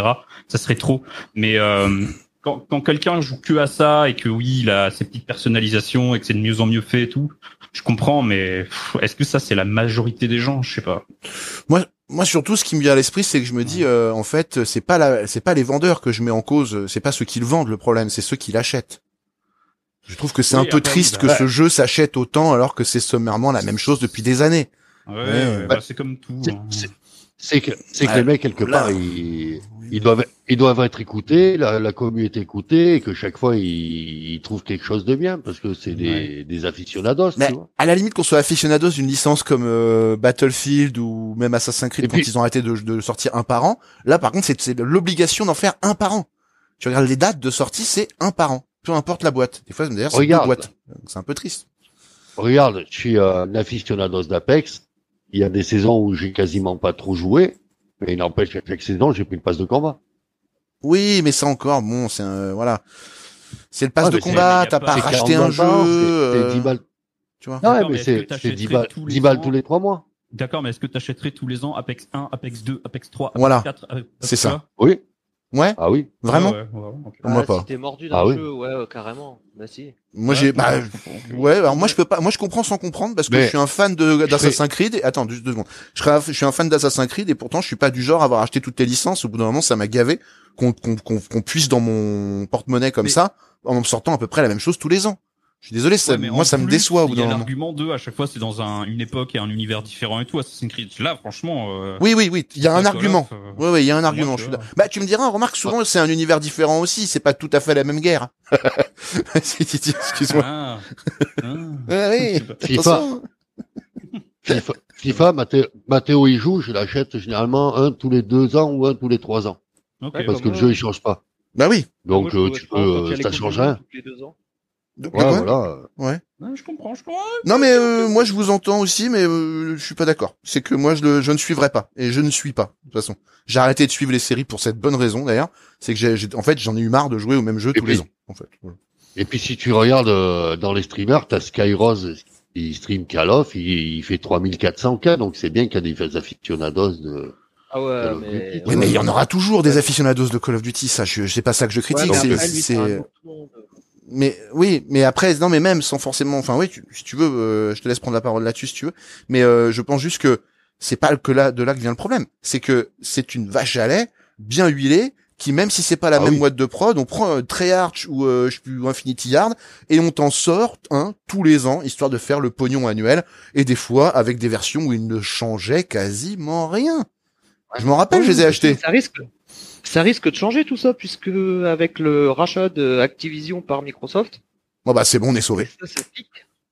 Ça serait trop. Mais euh, quand, quand quelqu'un joue que à ça et que oui, il a ses petites personnalisations et que c'est de mieux en mieux fait et tout, je comprends. Mais pff, est-ce que ça, c'est la majorité des gens Je sais pas.
Moi, moi surtout, ce qui me vient à l'esprit, c'est que je me dis, euh, en fait, c'est pas la, c'est pas les vendeurs que je mets en cause, euh, c'est pas ceux qui le vendent le problème, c'est ceux qui l'achètent. Je trouve que c'est
Oui,
un peu
après,
triste
oui,
que
bah,
ce jeu s'achète autant alors que c'est sommairement la même chose depuis des années.
Ouais,
Ouais.
bah, c'est comme tout.
C'est-
hein.
c'est- C'est que, c'est que
Ouais,
les mecs, quelque
là.
part, ils, ils doivent, ils doivent être écoutés, la, la commu est écoutée, et que chaque fois, ils, ils trouvent quelque chose de bien, parce que c'est des, des aficionados,
Mais
tu vois.
à la limite qu'on soit aficionados d'une licence comme euh, Battlefield ou même Assassin's Creed
Et
quand
puis-
ils ont arrêté de, de sortir un par an, là par contre c'est, c'est l'obligation d'en faire un par an. Tu regardes les dates de sortie, c'est un par an, peu importe la boîte. Des fois d'ailleurs c'est deux
Regarde.
boîtes, Donc, c'est un peu triste.
Regarde, je suis euh, un aficionados d'Apex. Il y a des saisons où j'ai quasiment pas trop joué, mais il n'empêche qu'à chaque saison, j'ai pris le passe de combat.
Oui, mais ça encore, bon, c'est un, euh, voilà. C'est le pass
Ouais,
de
mais c'est-
mais
combat,
y a
t'as
pas-
pas
c'est
racheté
40
un
balles
jeu,
par an, c'est-
euh,
C'est 10 balles.
tu vois.
Ouais,
D'accord, mais
mais
est-ce
c'est
que t'achèterais
c'est 10 balles,
tous les
10 balles
ans
tous les 3 mois.
D'accord, mais est-ce que tu achèterais tous les ans Apex 1, Apex 2, Apex 3, Apex
Voilà.
4 Apex-
C'est ça.
tu vois
Oui.
euh, Ouais,
Ah oui.
vraiment.
Ouais, ouais, ouais, ok.
Pour moi,
Ah,
pas.
Si t'es mordu
Ah
dans le
oui.
jeu, ouais, euh, carrément. Bah si.
Moi
Ouais,
j'ai, bah,
ouais.
ouais, alors moi je peux pas, moi je comprends sans comprendre parce que
Mais-
je suis un fan de d'Assassin's Creed. Et, attends, juste deux secondes. Je, serais un- je suis un fan d'Assassin's Creed et pourtant je suis pas du genre à avoir acheté toutes les licences. Au bout d'un moment, ça m'a gavé qu'on qu'on qu'on qu'on puisse dans mon porte-monnaie comme
Mais-
ça en me sortant à peu près la même chose tous les ans. Je suis désolé, ça,
Ouais, mais en
moi ça me
plus,
déçoit au bout
Il y
d'un
a
moment.
l'argument de à chaque fois c'est dans un, une époque et un univers différent et tout. Assassin's Creed là franchement. Euh,
Oui, oui, oui. Il y a un argument. Oui, oui, il y a un argument.
moi,
Je
tu
suis
vois.
d'accord. bah, tu me diras, remarque, souvent, c'est un univers différent aussi. C'est pas tout à fait la même guerre. Si, si, si, Excuse-moi.
Ah, ah.
Ah
Je
oui.
sais pas.
FIFA,
Attention. hein.
FIFA, FIFA Mathéo, Mathéo y joue, je l'achète généralement un tous les 2 ans ou un tous les 3 ans.
Ok.
Ouais,
Parce
comme
que le
moi.
jeu, il change pas.
Bah oui.
Moi,
Donc,
je
euh,
jouais,
tu
je pense, quand il y
peux,
a les
ça
Coupes du
change
Monde
rien.
tous les deux ans.
De- de
Ouais,
quoi
voilà.
Ouais, je comprends, je comprends.
Non mais euh, moi je vous entends aussi mais euh, je suis pas d'accord. C'est que moi je, le- je ne suivrai pas et je ne suis pas de toute façon. J'ai arrêté de suivre les séries pour cette bonne raison d'ailleurs, c'est que j'ai j'ai- en fait j'en ai eu marre de jouer au même jeu
Et
tous
puis-
les ans en fait. Voilà.
Et puis si tu regardes euh, dans les streamers, t'as Skyrose, il stream Call of, il, il fait 3400K, donc c'est bien qu'il y a des aficionados de...
Ah
Call
ouais,
of
mais.
Duty.
Oui mais il y en aura toujours des
Ouais.
aficionados de Call of Duty, ça je c'est pas ça que je
Ouais,
critique,
mais
c'est-
après, lui, c'est un
c'est
autre monde.
mais oui, mais après non mais même sans forcément enfin oui, tu- si tu veux euh, je te laisse prendre la parole là-dessus si tu veux, mais euh, je pense juste que c'est pas que là de là que vient le problème, c'est que c'est une vache à lait bien huilée qui même si c'est pas la
Ah
même
oui.
boîte de prod, on prend euh, Treyarch ou euh, je sais plus, ou Infinity Yard et on t'en sort un tous les ans histoire de faire le pognon annuel et des fois avec des versions où il ne changeait quasiment rien. Je m'en rappelle, je les ai achetés.
Ça risque, ça risque de changer tout ça, puisque avec le rachat de Activision par Microsoft,
Bon bah c'est bon, on est sauvé.
ça, ça pique.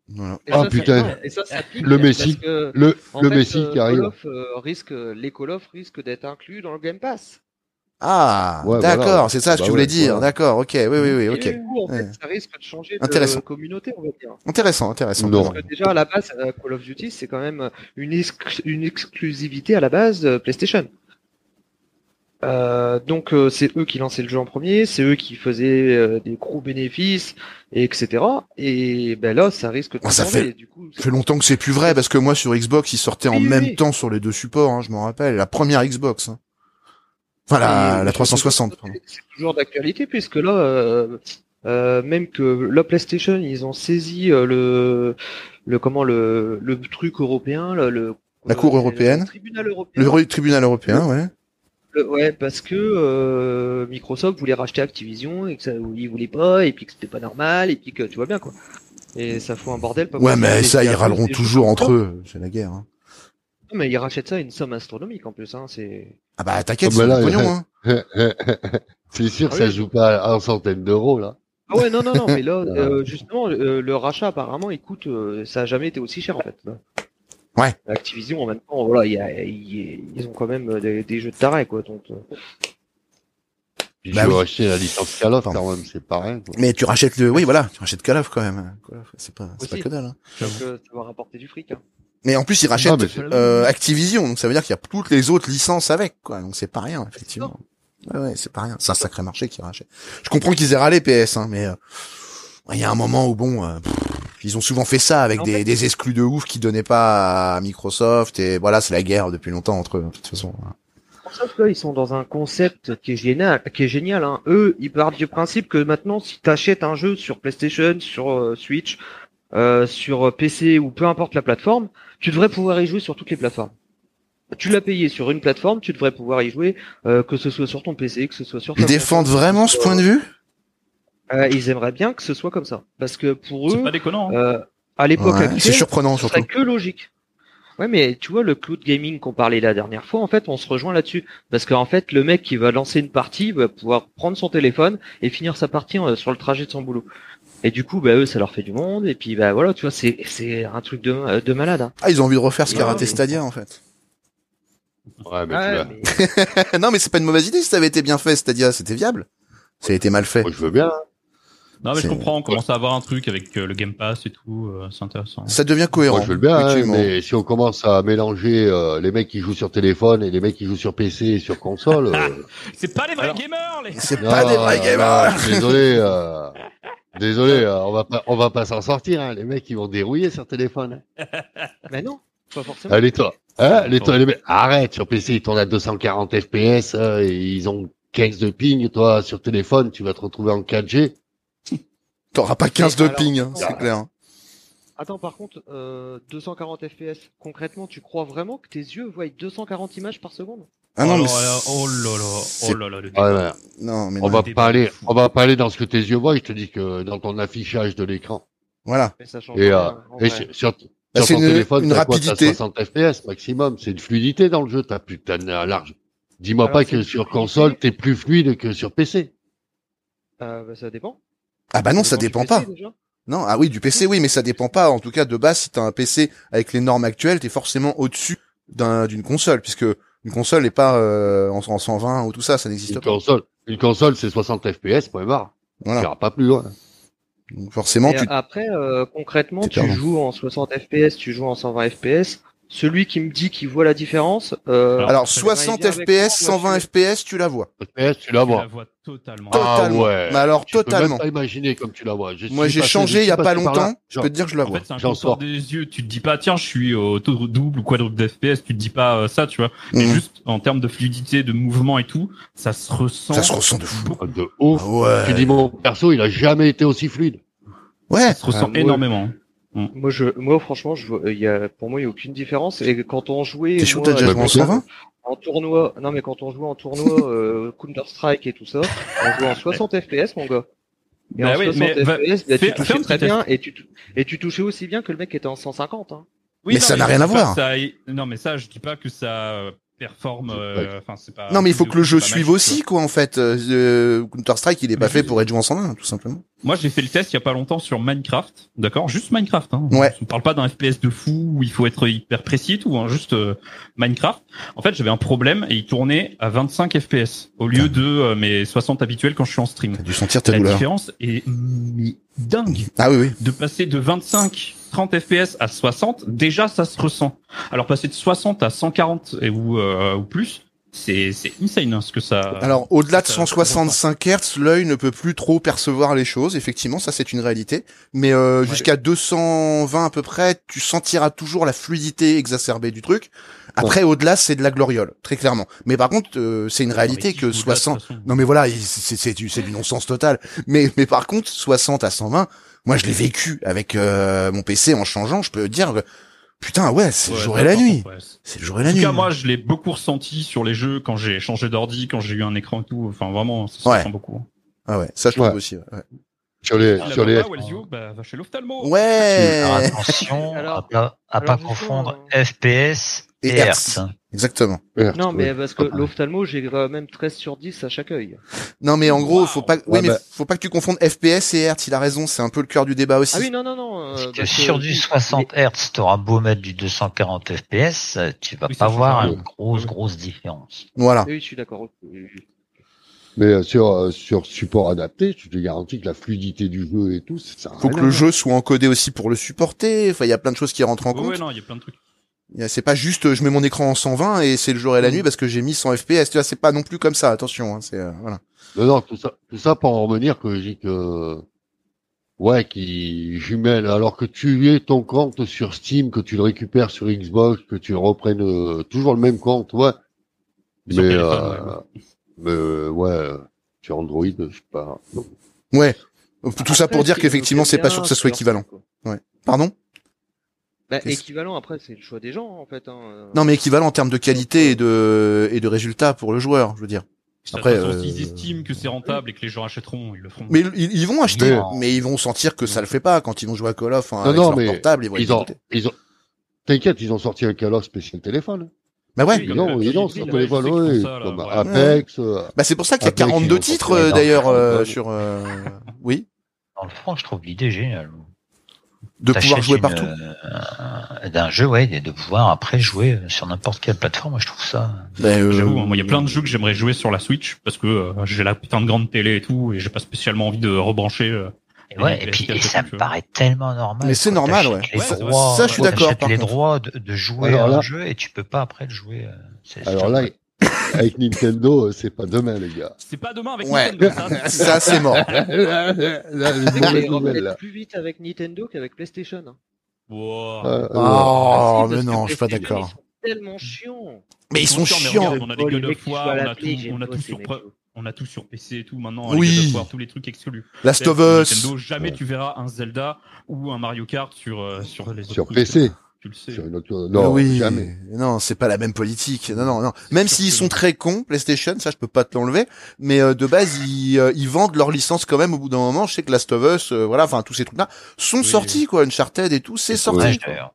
Voilà.
Et
Ah,
ça,
putain.
ça- et ça, ça pique, hein,
Le Messi.
parce que,
Le,
en
le
fait,
Messi
euh,
qui arrive.
Call of, euh, risque, les Call of risquent d'être inclus dans le Game Pass.
Ah,
Ouais,
d'accord,
voilà.
c'est ça que
Bah
tu voulais
ouais,
dire.
voilà.
D'accord, ok, oui, oui, oui, ok.
Et du coup, en fait,
Ouais.
ça risque de changer
Intéressant.
de communauté, on va dire.
Intéressant, intéressant.
Non.
vraiment.
Parce que déjà, à la base, euh, Call of Duty, c'est quand même euh, une, exc- une exclusivité à la base euh, PlayStation. Euh, donc euh, c'est eux qui lançaient le jeu en premier, c'est eux qui faisaient euh, des gros bénéfices, et etc. Et ben là, ça risque de
Oh, ça
tomber,
fait-
et du coup,
Ça fait longtemps que c'est plus vrai parce que moi sur Xbox ils sortaient en
Oui, oui,
même
oui.
temps sur les deux supports, hein, je m'en rappelle, la première Xbox. hein. Enfin la,
Et-
la 360. pardon.
C'est toujours d'actualité puisque là, euh, euh, même que la PlayStation, ils ont saisi euh, le, le comment le, le truc européen, le, le-
La Cour
euh,
européenne.
le tribunal européen,
Le re- tribunal européen, ouais.
le- ouais, parce que euh, Microsoft voulait racheter Activision et que ça, ils voulaient pas, et puis que c'était pas normal, et puis que tu vois bien quoi. Et ça fout un bordel. Pas
Ouais,
possible.
mais
Et
ça,
puis,
ils
après,
râleront
c'est-
toujours entre eux. C'est la guerre. hein.
Non, Mais ils rachètent ça à une somme astronomique en plus. Hein, c'est.
Ah bah t'inquiète,
Ah bah
c'est
là,
du pognon. Hein.
C'est sûr que
Ah
ça
oui.
joue pas à un centaine d'euros, là.
Ah ouais, non, non, non, mais là, euh, justement, euh, le rachat, apparemment, écoute, euh, ça a jamais été aussi cher, en fait.
Ouais.
Activision, en même temps, voilà, il y a- il- ils ont quand même des, des jeux de tarés, quoi. Donc, euh,
Puis
Bah
je vais
oui.
acheter la licence Call of,
Attends.
quand même, c'est pareil. Quoi.
Mais tu rachètes le, oui voilà, tu rachètes Call of quand même. Call of, c'est pas, c'est pas
Aussi.
que dalle. hein.
parce que ça va rapporter du fric. Hein.
Mais en plus ils
Ah,
rachètent
mais c'est-
euh, Activision, donc ça veut dire qu'il y a toutes les autres licences avec, quoi. Donc c'est pas
Ah,
rien, effectivement. Ouais, ouais, c'est pas rien. C'est un sacré marché qui rachète. Je comprends qu'ils aient râlé PS, hein, mais euh, il y a un moment où bon, euh, pff, ils ont souvent fait ça avec
En
des,
fait-
des exclus de ouf qui donnaient pas à Microsoft et voilà, c'est la guerre depuis longtemps entre eux. hein, De toute façon,
Microsoft, là, ils sont dans un concept qui est génial. Qui est génial hein. Eux, ils partent du principe que maintenant, si t'achètes un jeu sur PlayStation, sur euh, Switch, euh, sur euh, PC ou peu importe la plateforme, tu devrais pouvoir y jouer sur toutes les plateformes. Tu l'as payé sur une plateforme, tu devrais pouvoir y jouer, euh, que ce soit sur ton PC, que ce soit sur ta
ils défendent
console.
vraiment ce point de vue.
Euh, ils aimeraient bien que ce soit comme ça. Parce que pour
C'est
eux,
pas déconnant. hein.
euh, à l'époque
Ouais, c'est
actuelle,
surprenant
ce
surtout.
serait que logique. Ouais, mais tu vois, le cloud gaming qu'on parlait la dernière fois, en fait, on se rejoint là-dessus. Parce qu'en fait, le mec qui va lancer une partie va pouvoir prendre son téléphone et finir sa partie euh, sur le trajet de son boulot. Et du coup, bah, eux, ça leur fait du monde. Et puis, bah, voilà, tu vois, c'est, c'est un truc de, euh, de malade. hein.
Ah, ils ont envie de refaire ce qu'a
Non,
raté
mais-
Stadia en fait.
Ouais, mais Bah, tu
Ouais,
vois,
mais-
non, mais c'est pas une mauvaise idée si ça avait été bien fait, Stadia, c'était viable. Ça a été mal fait.
moi, je veux bien. hein.
Non, mais
c'est-
je comprends, on commence à avoir un truc avec euh, le Game Pass et tout, euh, c'est intéressant.
Ça devient cohérent.
Moi, je veux bien, hein,
effectivement.
mais si on commence à mélanger euh, les mecs qui jouent sur téléphone et les mecs qui jouent sur PC et sur console... euh,
C'est pas les vrais gamers, les
C'est
non,
pas des vrais
non,
gamers.
non, Désolé, euh, désolé, euh, on va pas, on va pas s'en sortir. Hein. Les mecs, ils vont dérouiller sur téléphone. hein.
mais bah, non, pas forcément.
Allez toi, hein, les toi, les mecs, arrête sur PC, ils tournent à 240 FPS, euh, et ils ont 15 de ping. Toi, sur téléphone, tu vas te retrouver en 4G.
T'auras pas 15 de
alors,
ping, hein,
non.
c'est clair.
Attends, par contre, euh, 240 FPS, concrètement, tu crois vraiment que tes yeux voient 240 images par seconde
Ah non,
oh,
mais
là là,
c'est- Ah
oh là là, oh là là, le
Ouais, ouais.
Non, mais non.
On va pas aller, on va pas aller dans ce que tes yeux voient. Je te dis que dans ton affichage de l'écran
Voilà.
Mais ça change
et, euh,
rien, en
et
vrai.
sur, sur
Là,
sur
Bah, c'est
ton
une-
téléphone,
une
t'as quoi,
rapidité.
t'as 60 FPS maximum. C'est une fluidité dans le jeu. T'as plus, t'as un large. Dis-moi
Alors,
pas
c'est
que
une
sur
fluidité.
console, t'es plus fluide que sur PC.
Euh, bah, ça dépend.
Ah bah non, ça
du
dépend
PC,
pas.
déjà.
Non, ah oui, du PC, oui, mais ça dépend pas. En tout cas, de base, si t'as un PC avec les normes actuelles, t'es forcément au-dessus d'un- d'une console, puisque une console n'est pas euh, en, en 120 ou tout ça, ça n'existe
Une
pas.
console, une console, c'est 60 FPS, point barre.
Voilà.
T'ira pas plus loin.
Donc forcément,
Et
tu...
Après, euh, concrètement,
C'est
tu
perdant.
joues en 60 FPS, tu joues en 120 FPS. Celui qui me dit qu'il voit la différence, euh,
Alors,
ça
60
va aider avec moi,
FPS,
moi, je
120 FPS, tu la vois.
FPS, tu la
Je
vois.
la vois totalement.
Ah
Totalement.
ouais.
Mais alors,
Tu peux
totalement.
même pas imaginer comme tu la vois. Je
Moi,
suis
j'ai
passé-
changé
je
il
suis
y a
passé
pas
par là.
longtemps. Je
Genre,
peux te dire que je la
Ah En
vois.
fait, c'est un
J'en
confort
sors.
des yeux. Tu te dis pas, tiens, je suis au taux double ou quadruple d'FPS. Tu te dis pas euh, ça, tu vois. Mais
Mhm.
juste en termes de fluidité, de mouvement et tout, ça se ressent.
Ça se ressent de fou.
beaucoup.
de ouf.
Ah ouais.
Tu dis mon perso, il a jamais été aussi fluide.
Ouais.
Ça se ressent
Ah, ouais.
énormément. hein.
moi, je, moi, franchement, je, vois- il y a, pour moi, il n'y a aucune différence. Et quand on jouait,
T'es sûr que
moi,
t'as
euh,
déjà
bah,
joué en
bien sûr.
120
en tournoi, non, mais quand on jouait en tournoi, euh, Counter Strike et tout ça, on jouait en 60 FPS, mon gars. Et
Bah
en
oui,
60
mais
FPS,
va-
bah,
fais-
tu
fais un
touchais
petit
très
test.
bien, et tu, tou- et tu touchais aussi bien que le mec qui était en 150, hein.
Oui,
Mais
non,
ça n'a
je
rien
dis
à
pas
voir.
que ça ait- Non, mais ça, je dis pas que ça euh, performe. euh, Enfin, c'est pas.
Non, mais il faut
c'est
que le jeu
pas
suive
magique,
aussi, quoi, en fait. Euh, Counter-Strike, il est pas
Mais
fait
je-
pour être joué en 120, tout simplement.
Moi, j'ai fait le test il y a pas longtemps sur Minecraft, d'accord Juste Minecraft. Hein.
Ouais.
On parle pas d'un FPS de fou où il faut être hyper précis et tout, hein, juste euh, Minecraft. En fait, j'avais un problème et il tournait à 25 FPS au lieu de euh, mes 60 habituels quand je suis en stream.
T'as dû sentir ta
La
Ah. douleur.
différence est mais, dingue.
Ah oui, oui.
De passer de 25, 30 FPS à 60, déjà ça se ressent. Alors passer de 60 à 140 et ou, euh, ou plus, c'est c'est insane hein, ce que ça.
Alors, au-delà de
ça-
165 Hz, l'œil ne peut plus trop percevoir les choses. Effectivement, ça, c'est une réalité. Mais euh, jusqu'à 220 à peu près, tu sentiras toujours la fluidité exacerbée du truc. Après, au-delà, c'est de la gloriole, très clairement. Mais par contre, euh, c'est une
Non,
réalité
mais
que
au-delà, de toute
60...
façon.
Non mais voilà, il- c'est c'est du, c'est du non-sens total. Mais mais par contre, 60 à 120, moi je l'ai vécu avec euh, mon PC en changeant, je peux dire que Putain, ouais, c'est le
Ouais,
jour
ça,
et la
par
nuit.
contre, ouais, c'est-
C'est le jour et
En
la
tout
nuit.
cas, moi, je l'ai beaucoup ressenti sur les jeux quand j'ai changé d'ordi, quand j'ai eu un écran et tout. Enfin, vraiment, ça se
Ouais.
ressent beaucoup. Ah,
Ah ouais, ça je trouve
Ouais.
aussi. ouais, Ouais.
Sur les, sur les,
Là-bas, Wellsio, bah, va chez l'ophtalmo. Ah,
Alors,
Ouais.
attention à
Alors-
pas, à
alors,
pas
du coup,
confondre FPS et,
euh, Et
Hertz.
Hertz. Exactement.
Non, mais parce que
Ah.
l'ophtalmo, j'ai quand même 13 sur 10 à chaque œil.
Non mais en gros, faut pas oui
Ouais,
mais
bah.
faut pas que tu confondes FPS et Hertz, il a raison, c'est un peu le cœur du débat aussi.
Ah oui, non, non, non. euh,
Parce que
parce
sur du
oui,
60 Hz, t'auras beau mettre du 240 FPS, euh, tu vas
Oui,
pas
ça
voir
change
une grosse, grosse différence.
Voilà.
Oui, je suis d'accord. Oui, oui.
mais euh, sur, euh, sur support adapté, je te garantis que la fluidité du jeu et tout, c'est
Ah
ça. a
Faut
rien
que
à
le
voir.
jeu soit encodé aussi pour le supporter, enfin il y a plein de choses qui rentrent en
Ouais, ouais,
compte.
non, il y a plein de trucs.
Il y a- C'est pas juste euh, je mets mon écran en 120 et c'est le jour et
Mm.
la nuit parce que j'ai mis 100 FPS, tu vois, c'est pas non plus comme ça, attention hein, c'est euh, voilà.
Non, non, tout ça, tout ça pour en revenir que j'ai que, ouais, qui jumelle, alors que tu aies ton compte sur Steam, que tu le récupères sur Xbox, que tu reprennes euh, toujours le même compte, ouais. Mais,
Sur téléphone,
euh, mais, euh, ouais, euh, sur Android, je sais pas. Non.
Ouais. Tout ça
Après,
pour dire
si
qu'effectivement,
vous
c'est
aimez
pas
bien,
sûr que ça soit
c'est
équivalent.
leur truc, quoi.
Pardon
Bah,
Qu'est-ce-
équivalent, après, c'est le choix des gens, en fait. Hein.
Non, mais équivalent en termes de qualité et de et de résultats pour le joueur, je veux dire. Après,
Après,
euh,
s'ils estiment que c'est rentable et que les gens achèteront, ils le feront.
Mais ils, ils vont acheter,
Mais-
mais ils vont sentir que ça le fait pas quand ils vont jouer à Call of hein,
Non,
avec
non,
leur
mais
portable, ils vont
Ils ont,
écouter.
ils ont, t'inquiète, ils ont sorti un Call of spécial téléphone.
Bah ouais.
Oui,
Ils ont,
comme
ils
le
ont,
Call
sur
of Duty,
téléphone,
là, ouais,
oui,
ils font ça, là,
comme
ouais.
Apex, euh,
Bah c'est pour ça qu'il y a
Après, qu'ils
42
vont
titres
sortir
euh,
les
d'ailleurs
armes.
euh, sur euh, oui,
Dans le fond, je trouve l'idée géniale.
de
T'achètes
pouvoir jouer
une,
partout.
euh, d'un jeu, ouais, et de pouvoir après jouer sur n'importe quelle plateforme, je trouve ça.
Bah, euh,
J'avoue, hein, moi, il y a plein de jeux que j'aimerais jouer sur la Switch parce que euh, j'ai la putain de grande télé et tout, et j'ai pas spécialement envie de rebrancher. euh.
Et ouais,
Et
et puis
PlayStation,
et ça
tu
me
vois.
paraît tellement normal.
Mais c'est
quoi.
normal,
T'achètes
ouais.
les
Ouais, ça-
droits,
ça, je suis
quoi.
d'accord,
T'achètes
par
les
contre.
droits de, de jouer
Alors
à un
là-
jeu et tu peux pas après le jouer. euh, c'est-
alors là, avec Nintendo, euh, c'est pas demain, les gars.
C'est pas demain avec
Ouais.
Nintendo, ça.
ça c'est mort.
Là, là, là, là,
Tu sais qu'on les
nouvelle, nouvelle,
reconnaît
là.
plus vite avec Nintendo qu'avec PlayStation. hein.
Wow.
Ah, ah,
Oh,
Ah,
mais
si, parce que
non, je suis pas
PlayStation,
d'accord.
ils sont Tellement chiants.
Mais ils sont
chiants, mais
chiants.
regarde, on a des
Oh, les
God
mecs
of
qui jouent
War,
à la
on a
Play,
tout,
j'aime
on a
pas
tout
ces
sur
mecs.
pre- on a tout sur PC et tout maintenant,
Oui.
les God of War, tous les trucs exclus.
Last of Us.
Nintendo, jamais tu verras un Zelda ou un Mario Kart sur euh, sur les autres
Sur
trucs.
PC.
Tu le sais.
Sur une autre... Non,
Ah oui.
jamais.
Non, c'est pas la même politique. Non, non, non. Même s'ils sont très cons, PlayStation, ça je peux pas te l'enlever. Mais euh, de base, ils, euh, ils vendent leur licence quand même. Au bout d'un moment, je sais que Last of Us, euh, voilà, enfin tous ces trucs-là sont
Oui.
sortis quoi. Uncharted et tout, c'est sorti.
dommage, d'ailleurs.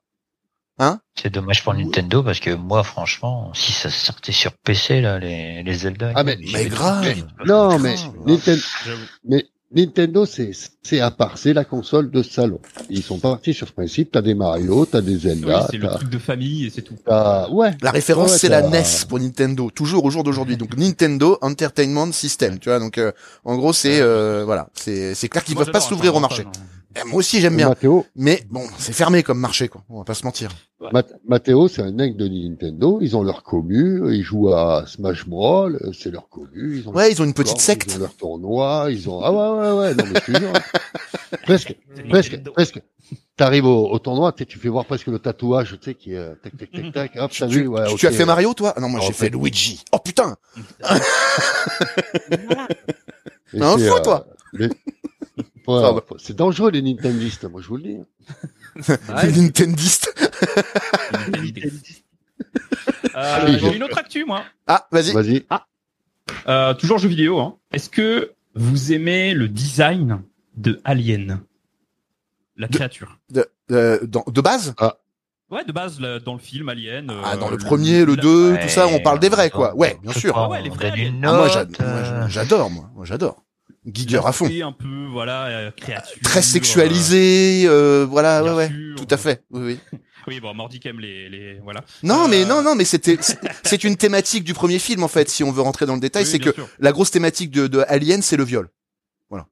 Hein
C'est dommage pour Nintendo parce que moi, franchement, si ça sortait sur PC, là, les, les Zelda.
Ah, mais-
j'avais
mais grave.
des-
Non, mais,
Ah, Putain.
Ninten-
J'avoue.
mais Nintendo, c'est c'est à part, c'est la console de salon. Ils sont partis sur ce principe, t'as des Mario, t'as des
Oui,
Zelda,
c'est le
t'as...
truc de famille et c'est tout.
t'as- Ouais,
La référence
Ouais,
c'est la
t'as-
NES pour Nintendo, toujours au jour d'aujourd'hui. Donc Nintendo Entertainment System, tu vois. Donc euh, en gros c'est euh, voilà, c'est c'est clair qu'ils
Moi,
peuvent pas
j'adore,
s'ouvrir au
hein,
marché.
j'adore ça,
Eh, Moi aussi j'aime bien,
Mathéo,
mais bon c'est fermé comme marché quoi. On va pas se mentir.
Mat- Mathéo, c'est un mec de Nintendo, ils ont leur commu, ils jouent à Smash Bros, euh, c'est leur commu, ils ont
Ouais ils ont une petite
Ils
secte.
ont leur tournoi, ils ont. Ah ouais, ouais, ouais, non, mais je te jure. presque, presque, presque. T'arrives au, au tournoi, tu sais, tu fais voir presque le tatouage, tu sais, qui est euh, tac, tac, tac, tac, hop, t'as
Tu,
vu, ouais,
tu
ok.
as fait Mario toi Ah Non moi
Ah,
j'ai
en
fait
fait-
Luigi. Oh putain
Et
t'as un
c'est,
fou, toi.
euh, les- Ouais,
Pardon.
faut- c'est dangereux, les Nintendistes, moi, je vous le dis. Ah
Ouais,
Les Nintendistes.
c'est une qualité.
Oui,
Euh,
je-
J'ai une autre actu, moi.
Ah vas-y.
Vas-y.
Euh, toujours jeux vidéo. Hein. Est-ce que vous aimez le design de Alien, la
De-
créature
De, de, dans- de base
Ouais, de base là, dans le film Alien. euh,
Ah dans le premier, le
la-
deux,
Ouais,
euh, tout ça on parle des vrais quoi.
on-
Ouais
on
bien
peut
sûr.
pas,
Ah ouais, les
on
vrais,
donne
les-
une
Ah, moi
note,
j'ad- moi,
euh,
j'a- j'adore moi, moi j'adore. Guigueur à fond.
l'aspect Un peu, voilà, euh, créature.
Très sexualisé, euh, voilà, ouais,
bien
ouais,
sûr.
tout à fait, oui, oui.
euh, Oui, bon, Mordic aime les, les voilà.
Non,
Euh,
mais non, non, mais c'était, c'est- c'est une thématique du premier film en fait. Si on veut rentrer dans le détail,
Oui,
c'est
bien
que
sûr.
la grosse thématique de, de Alien, c'est le viol. Voilà,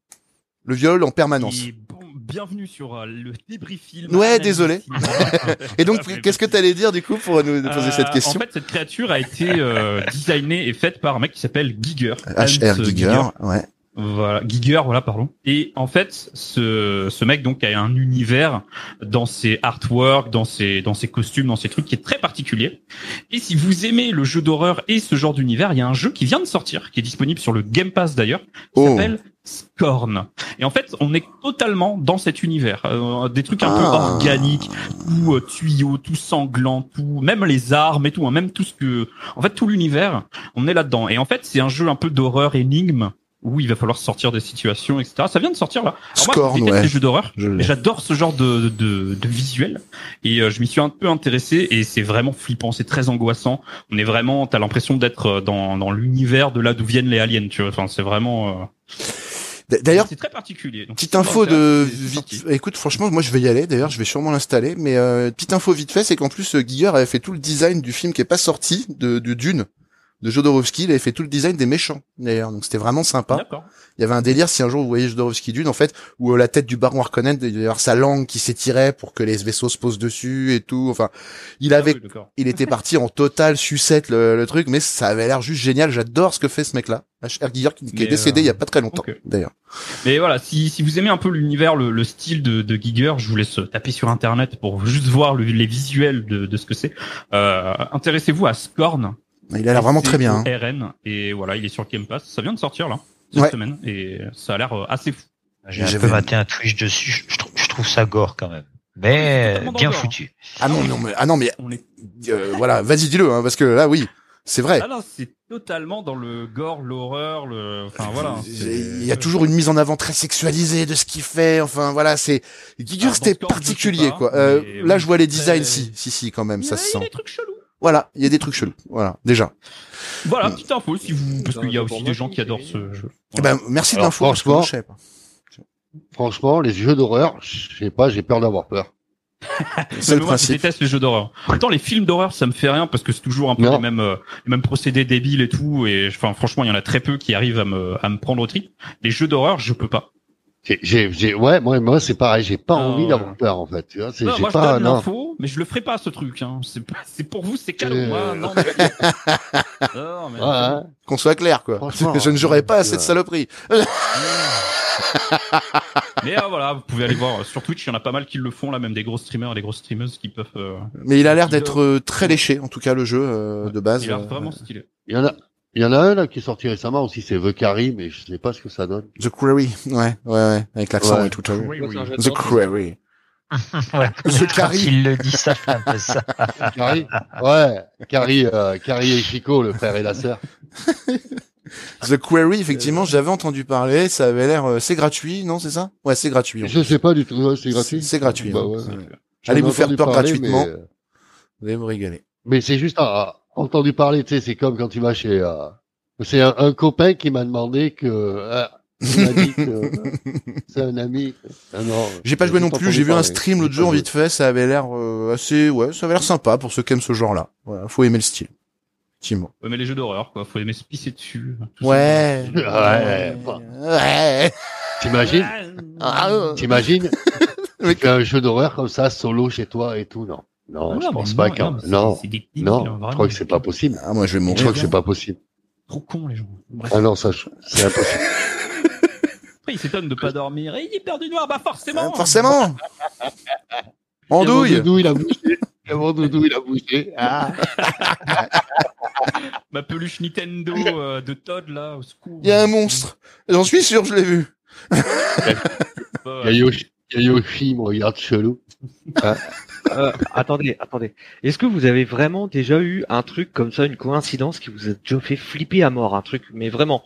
le viol en permanence.
Et bon, bienvenue sur euh, le débrief film.
Ah, Ouais,
Alien
désolé.
Film. Voilà.
Et donc,
Ah, mais
qu'est-ce que
bon.
t'allais dire du coup pour nous poser
Euh,
cette question
En fait, cette créature a été euh, designée et faite par un mec qui s'appelle Giger.
HR
Hans
Giger, ouais.
Voilà, Giger, voilà, pardon. Et en fait, ce, ce mec donc a un univers dans ses artworks, dans ses dans ses costumes, dans ses trucs qui est très particulier. Et si vous aimez le jeu d'horreur et ce genre d'univers, il y a un jeu qui vient de sortir, qui est disponible sur le Game Pass d'ailleurs, qui
Oh.
s'appelle Scorn. Et en fait, on est totalement dans cet univers, Euh, des trucs un peu
Ah.
organiques, tout euh, tuyau, tout sanglant, tout, même les armes et tout, hein, même tout ce que, en fait, tout l'univers, on est là-dedans. Et en fait, c'est un jeu un peu d'horreur énigme où il va falloir sortir des situations, etc. Ça vient de sortir là. Alors moi,
Scorn,
je déteste
ouais.
les jeux d'horreur,
Je
mais
l'ai.
j'adore ce genre de, de, de visuel et euh, je m'y suis un peu intéressé et c'est vraiment flippant, c'est très angoissant. On est vraiment, t'as l'impression d'être euh, dans, dans l'univers de là d'où viennent les aliens, tu vois. Enfin, c'est vraiment. euh,
D- D'ailleurs,
c'est très particulier. Donc,
Petite info de
c'est sorti.
vite. Écoute, franchement, moi je vais y aller. D'ailleurs, je vais sûrement l'installer. Mais euh, petite info vite fait, c'est qu'en plus, euh, Giger avait fait tout le design du film qui est pas sorti de, de Dune de Jodorowsky. Il avait fait tout le design des méchants. D'ailleurs, donc c'était vraiment sympa.
D'accord.
Il y avait un délire si un jour vous voyez Jodorowsky Dune, en fait, où euh, la tête du baron Harkonnen, il devait y avoir sa langue qui s'étirait pour que les vaisseaux se posent dessus et tout. Enfin, il
Ah
avait,
oui, d'accord.
il était parti en totale sucette le, le truc, mais ça avait l'air juste génial. J'adore ce que fait ce mec-là, H.R. Giger, qui, qui est
Mais,
décédé
euh,
il y a pas très longtemps,
ok.
d'ailleurs.
Mais voilà, si, si vous aimez un peu l'univers, le, le style de, de Giger, je vous laisse taper sur internet pour juste voir le- les visuels de, de ce que c'est. Euh, Intéressez-vous à Scorn.
Il a
Ah,
l'air vraiment très bien. hein.
RN et voilà, il est sur Game Pass. Ça vient de sortir là cette
Ouais.
semaine et ça a l'air euh, assez fou.
J'ai un
J'avais-
peu maté un Twitch dessus. Je, je trou- je trouve ça gore quand même. Mais
totalement
bien
gore, hein.
foutu.
Ah non, non, mais, ah non, mais
On est
euh, voilà, vas-y, dis-le, hein, parce que là, oui, c'est vrai.
ah non, c'est totalement dans le gore, l'horreur, le enfin voilà. hein, c'est-
Il y a toujours une mise en avant très sexualisée de ce qu'il fait. Enfin, voilà, c'est Giger,
Ah, dans
c'était
Scorn, je sais
particulier,
pas,
quoi. Euh,
mais
là,
oui,
je vois les designs,
très-
si, si, si, quand même, ça
Ouais,
se
il y a
sent.
des trucs chelous.
Voilà, il y a des trucs chelous. Voilà, déjà.
Voilà, petite info si vous parce
Non,
qu'il y a
pour
aussi
moi,
des gens
c'est-
qui adorent ce jeu.
Mm. Eh ben, merci de
Alors,
l'info, parce que hein. moi, je savais pas.
Franchement, les jeux d'horreur, je sais pas, j'ai peur d'avoir peur.
C'est
Mais
le
moi, Je
principe.
déteste les jeux d'horreur. Pourtant, les films d'horreur, ça me fait rien parce que c'est toujours un peu
Non.
les mêmes, euh, les mêmes procédés débiles et tout. Et enfin, franchement, il y en a très peu qui arrivent à me, à me prendre au trip. Les jeux d'horreur, je peux pas.
J'ai, j'ai, j'ai- ouais, moi, moi, c'est pareil, j'ai pas
Ah,
envie
ouais.
d'avoir peur, en fait. Tu vois, c'est,
Non,
j'ai
moi, je hein.
pas,
donne
non.
l'info, mais je le ferai pas ce truc. Hein. C'est pas- c'est pour vous, c'est
Euh.
calme. Moi, non, mais... Non, mais-
Ouais, hein. ouais.
Qu'on soit clair, quoi.
Franchement,
Je ne jouerai pas à cette
euh,
saloperie.
Mais euh, voilà, vous pouvez aller voir euh, sur Twitch. Il y en a pas mal qui le font là, même des gros streamers, et des grosses streameuses qui peuvent. euh,
Bah,
Mais il a l'air
Giger.
d'être euh, très léché, en tout cas, le jeu euh, de base.
il a l'air
euh,
vraiment stylé.
Il y en a, il y en a un, là, qui est sorti récemment aussi, c'est The Carry, mais je sais pas ce que ça donne.
The Query, ouais, ouais, ouais, avec l'accent
Ouais.
et tout. à l'heure.
Oui, oui.
The Query.
Ouais.
The
Quand
Carry.
il le dit, ça fait un peu ça.
Carrie Ouais, Carrie, euh, Carrie et Chico, le frère et la sœur.
The Query, effectivement, j'avais entendu parler, ça avait l'air, euh, c'est gratuit, non, c'est ça? Ouais, c'est gratuit.
Je sais pas du tout, ouais, c'est gratuit.
C'est gratuit.
Bah
hein.
ouais.
euh,
J'en
Allez
ai
vous faire
entendu
peur
parler,
gratuitement.
Mais, euh,
Vous allez vous régaler.
mais c'est juste, ah, entendu parler, tu sais, c'est comme quand tu vas chez, euh, c'est un, un copain qui m'a demandé que, euh, il m'a dit que, euh, c'est un ami. Ah non,
J'ai pas joué non
juste
plus,
entendu
j'ai vu un
parler.
stream l'autre
J'ai
jour
pas joué.
vite fait, ça avait l'air euh, assez, ouais, ça avait l'air sympa pour ceux qui aiment ce genre-là. Voilà, faut aimer le style. Effectivement.
Ouais, mais les jeux d'horreur, quoi. Faut aimer se pisser dessus. tout ça.
Ouais.
Ouais, bah,
Ouais.
t'imagines,
Ah, euh.
t'imagines,
Mais-
Tu fais un jeu d'horreur comme ça, solo chez toi et tout, non. Non,
Ah
Oh, je
non,
pense
mais
pas
non,
qu'un,
mais c'est-
non,
c'est des débiles, hein,
non, je
vraiment.
crois que c'est pas possible.
Ah, moi, je vais
Je
mourir.
crois que c'est pas possible.
Trop con, les gens. Bref.
Ah non, ça, je- c'est impossible.
Après, il s'étonne de pas dormir. Et il est perdu noir, bah forcément.
Ah,
Euh,
Forcément. En
Mon
douille.
doudou, il a bougé. Mon doudou, il a bougé. Ah.
Ma peluche Nintendo euh, de Todd là, au secours.
Il y a un monstre. J'en suis sûr, je l'ai vu.
Bah,
Il y a Yoshi, il y a Yoshi, il me regarde chelou.
Euh, attendez, attendez. Est-ce que vous avez vraiment déjà eu un truc comme ça, une coïncidence qui vous a déjà fait flipper à mort, un truc, mais vraiment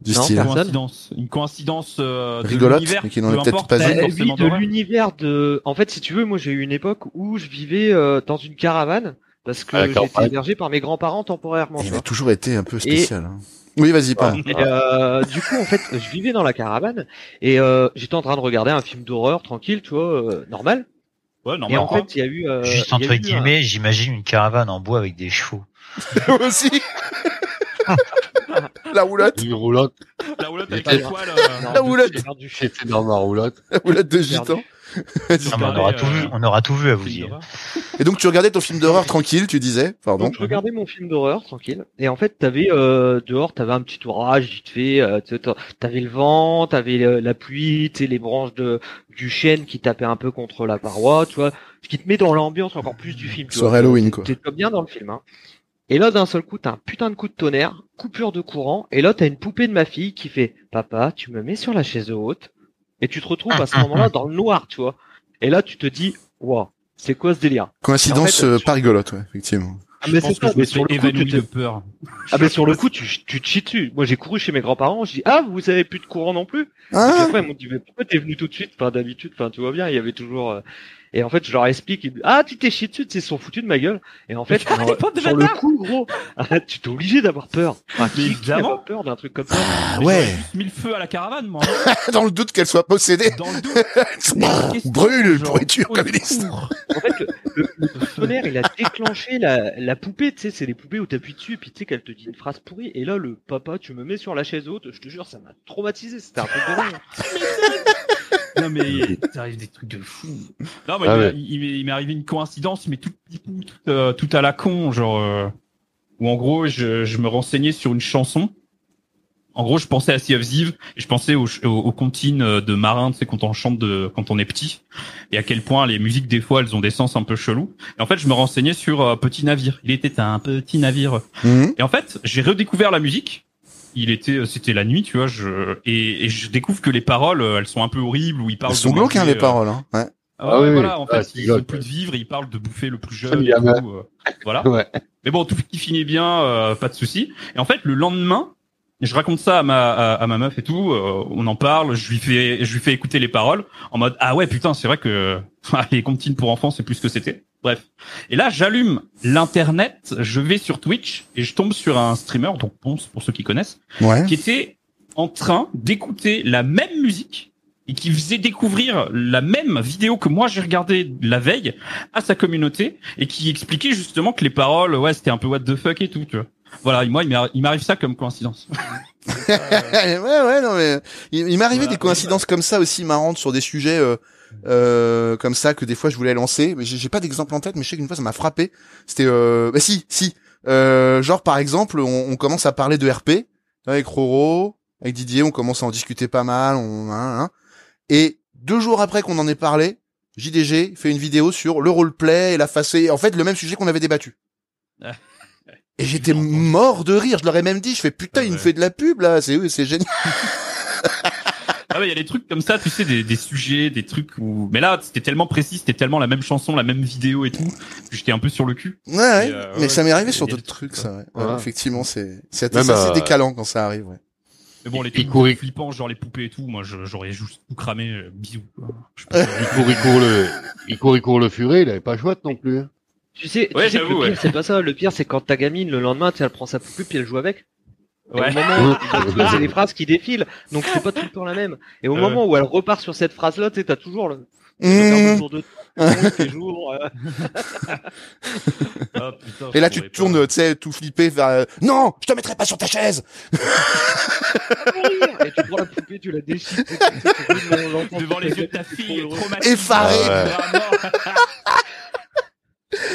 Du
Non,
style.
Une
personne.
coïncidence, une coïncidence euh, de
Rigolote,
l'univers,
mais qui n'en est
peu
peut-être
importe,
pas
pas
une.
Euh, oui,
forcément
de
d'horreur.
l'univers de. En fait, si tu veux, moi j'ai eu une époque où je vivais euh, dans une caravane parce
À
Ah,
la
que
campagne.
j'étais hébergé par mes grands-parents temporairement. tu
Il
vois.
a toujours été un peu spécial. hein. Oui, vas-y, pardon.
Et, euh, du coup, en fait, je vivais dans la caravane et euh, j'étais en train de regarder un film d'horreur tranquille, tu vois, euh, normal.
Ouais,
Et en
normalement.
fait, il y a eu. euh,
Juste
il y
entre
a eu un-
guillemets, j'imagine une caravane en bois avec des chevaux.
aussi. La roulotte,
Une roulotte.
la roulotte avec
Mais-
la poêle. euh,
Non,
La
de-
roulotte.
j'ai perdu-
J'étais dans ma roulotte.
la roulotte de
j'ai perdu.
gitan.
Non, mais on aura tout
euh,
vu, on aura tout vu à vous dire.
Et donc tu regardais ton film d'horreur tranquille, tu disais, pardon.
Donc je regardais mon film d'horreur tranquille et en fait t'avais euh, dehors t'avais un petit orage vite fait euh, tu sais, t'as- t'avais le vent t'avais euh, la pluie tu sais, les branches de du chêne qui tapaient un peu contre la paroi tu vois ce qui te met dans l'ambiance encore plus du film tu vois.
Soirée Halloween quoi.
T'es pas bien dans le film, hein. Et là, d'un seul coup, t'as un putain de coup de tonnerre, coupure de courant, et là, t'as une poupée de ma fille qui fait « Papa, tu me mets sur la chaise haute », et tu te retrouves à ce moment-là dans le noir, tu vois. Et là, tu te dis « Wow, c'est quoi ce délire
Coïncidence
En fait,
euh,
je-
pas rigolote, ouais, effectivement. ?»
Ah,
Je pense que je me
mais
suis
sur le coup,
évanoui
tu te-
de peur.
ah, mais sur le coup, tu, tu te chies dessus. Moi, j'ai couru chez mes grands-parents, je dis « Ah, vous avez plus de courant non plus ?» Et puis
Hein
après, ils m'ont dit, mais pourquoi t'es venu tout de suite Enfin, d'habitude, enfin, tu vois bien, il y avait toujours. euh, Et en fait, je leur explique, ils me disent, ah, tu t'es chié dessus, tu sais, ils se sont foutus de ma gueule. Et en fait, sur,
bande de
sur le
bâtards
coup, gros, ah, tu t'es obligé d'avoir peur. Enfin,
Mais
qui- qui n'a
évidemment.
pas peur d'un truc comme ça
Ah
Mais j'aurais
ouais.
juste mis le feu à la caravane, moi.
Dans le doute qu'elle soit possédée.
Dans le doute. Question,
Brûle,
genre,
pourriture
au
communiste.
secours.
En fait, le, le- le coup de tonnerre, il a déclenché la, la poupée, tu sais, c'est les poupées où t'appuies dessus, et puis tu sais qu'elle te dit une phrase pourrie. Et là, le papa, tu me mets sur la chaise haute, je te jure, ça m'a traumatisé, c'était un truc de dingue.
Non, mais ça arrive des trucs de fou. Non, mais
Ah
il,
ouais.
il m'est- il m'est arrivé une coïncidence, mais tout, tout, tout, euh, tout à la con, genre. euh, où en gros, je, je me renseignais sur une chanson. En gros, je pensais à Sea of Thieves et je pensais aux, aux, aux comptines euh, de marins, tu sais, quand on chante de, quand on est petit, et à quel point les musiques des fois elles ont des sens un peu chelous. Et en fait, je me renseignais sur euh, Petit Navire. Il était un petit navire
Mhm.
et en fait, j'ai redécouvert la musique. Il était, euh, c'était la nuit, tu vois. Je et, et je découvre que les paroles, euh, elles sont un peu horribles où ils parlent.
Elles sont
de
glauques hein,
manger,
les
euh,
paroles. Hein. Ouais.
Ah,
Ah
ouais,
oui,
voilà. En
ah,
fait,
c'est
ils veulent
glauque,
plus de vivre. Ils parlent de bouffer le plus
Ah,
jeune.
mais
et
il y en a-
tout, euh, voilà.
Ouais.
Mais bon, tout qui finit bien, euh, pas de souci. Et en fait, le lendemain, je raconte ça à ma à, à ma meuf et tout. euh, on en parle. Je lui fais je lui fais écouter les paroles en mode ah ouais putain c'est vrai que ah, les comptines pour enfants c'est plus ce que c'était. Bref. Et là, j'allume l'internet, je vais sur Twitch et je tombe sur un streamer, donc Ponce pour ceux qui connaissent,
Ouais.
qui était en train d'écouter la même musique et qui faisait découvrir la même vidéo que moi j'ai regardée la veille à sa communauté et qui expliquait justement que les paroles, ouais, c'était un peu what the fuck et tout, tu vois. Voilà, et moi, il m'arri- il m'arrive ça comme coïncidence.
ouais, ouais, non, mais il, il m'arrivait
Voilà.
des coïncidences comme ça aussi marrantes sur des sujets euh, euh, comme ça que des fois je voulais lancer, mais j'ai j'ai pas d'exemple en tête, mais je sais qu'une fois ça m'a frappé. C'était, euh... bah si, si, euh, genre par exemple, on, on commence à parler de RP avec Roro, avec Didier, on commence à en discuter pas mal, on, hein, hein. et deux jours après qu'on en ait parlé, JDG fait une vidéo sur le roleplay et la facée, en fait le même sujet qu'on avait débattu.
Ah.
Et j'étais mort de rire, je leur ai même dit, je fais putain,
Ah
il me
ouais.
fait de la pub là, c'est c'est génial.
Ah ouais, il y a des trucs comme ça, tu sais, des, des sujets, des trucs où... Mais là, c'était tellement précis, c'était tellement la même chanson, la même vidéo et tout, que j'étais un peu sur le cul.
Ouais, ouais.
euh,
mais
ouais,
ça m'est arrivé
il y a
sur
des
d'autres
trucs,
trucs, ça. Ouais. Ouais,
Voilà.
effectivement, c'est c'est
Même,
assez
euh,
décalant quand ça arrive. Ouais.
Mais bon, les
puis
trucs
courir.
flippants, genre les poupées et tout, moi, je- j'aurais juste tout cramé, euh, bisous. quoi. Je sais
Il court, il court le, il court, il court le furet, il avait pas chouette non plus. hein.
Tu sais,
Ouais,
tu sais que le
j'avoue,
pire,
ouais.
c'est pas ça. Le pire, c'est quand ta gamine, le lendemain, tu sais, elle prend sa poupée puis elle joue avec. Et
Ouais.
au moment où- parce que c'est les phrases qui défilent, donc c'est pas tout le temps la même. Et au
Ouais.
moment où elle repart sur cette phrase-là, tu sais, t'as toujours le,
Mmh.
le tour de toi, tous les jours, euh,
pas. Ah, putain,
Et là,
je
tu
pourrais
te tournes, tu sais, tout flippé vers euh, non, je te mettrai pas sur ta chaise.
et tu prends la poupée, tu la déchires. tu sais, tu roules dans
pas.
l'enfant,
Devant les
tu fais-
yeux de ta fille,
trop heureux.
traumatisée.
Effaré.
Ah, ouais.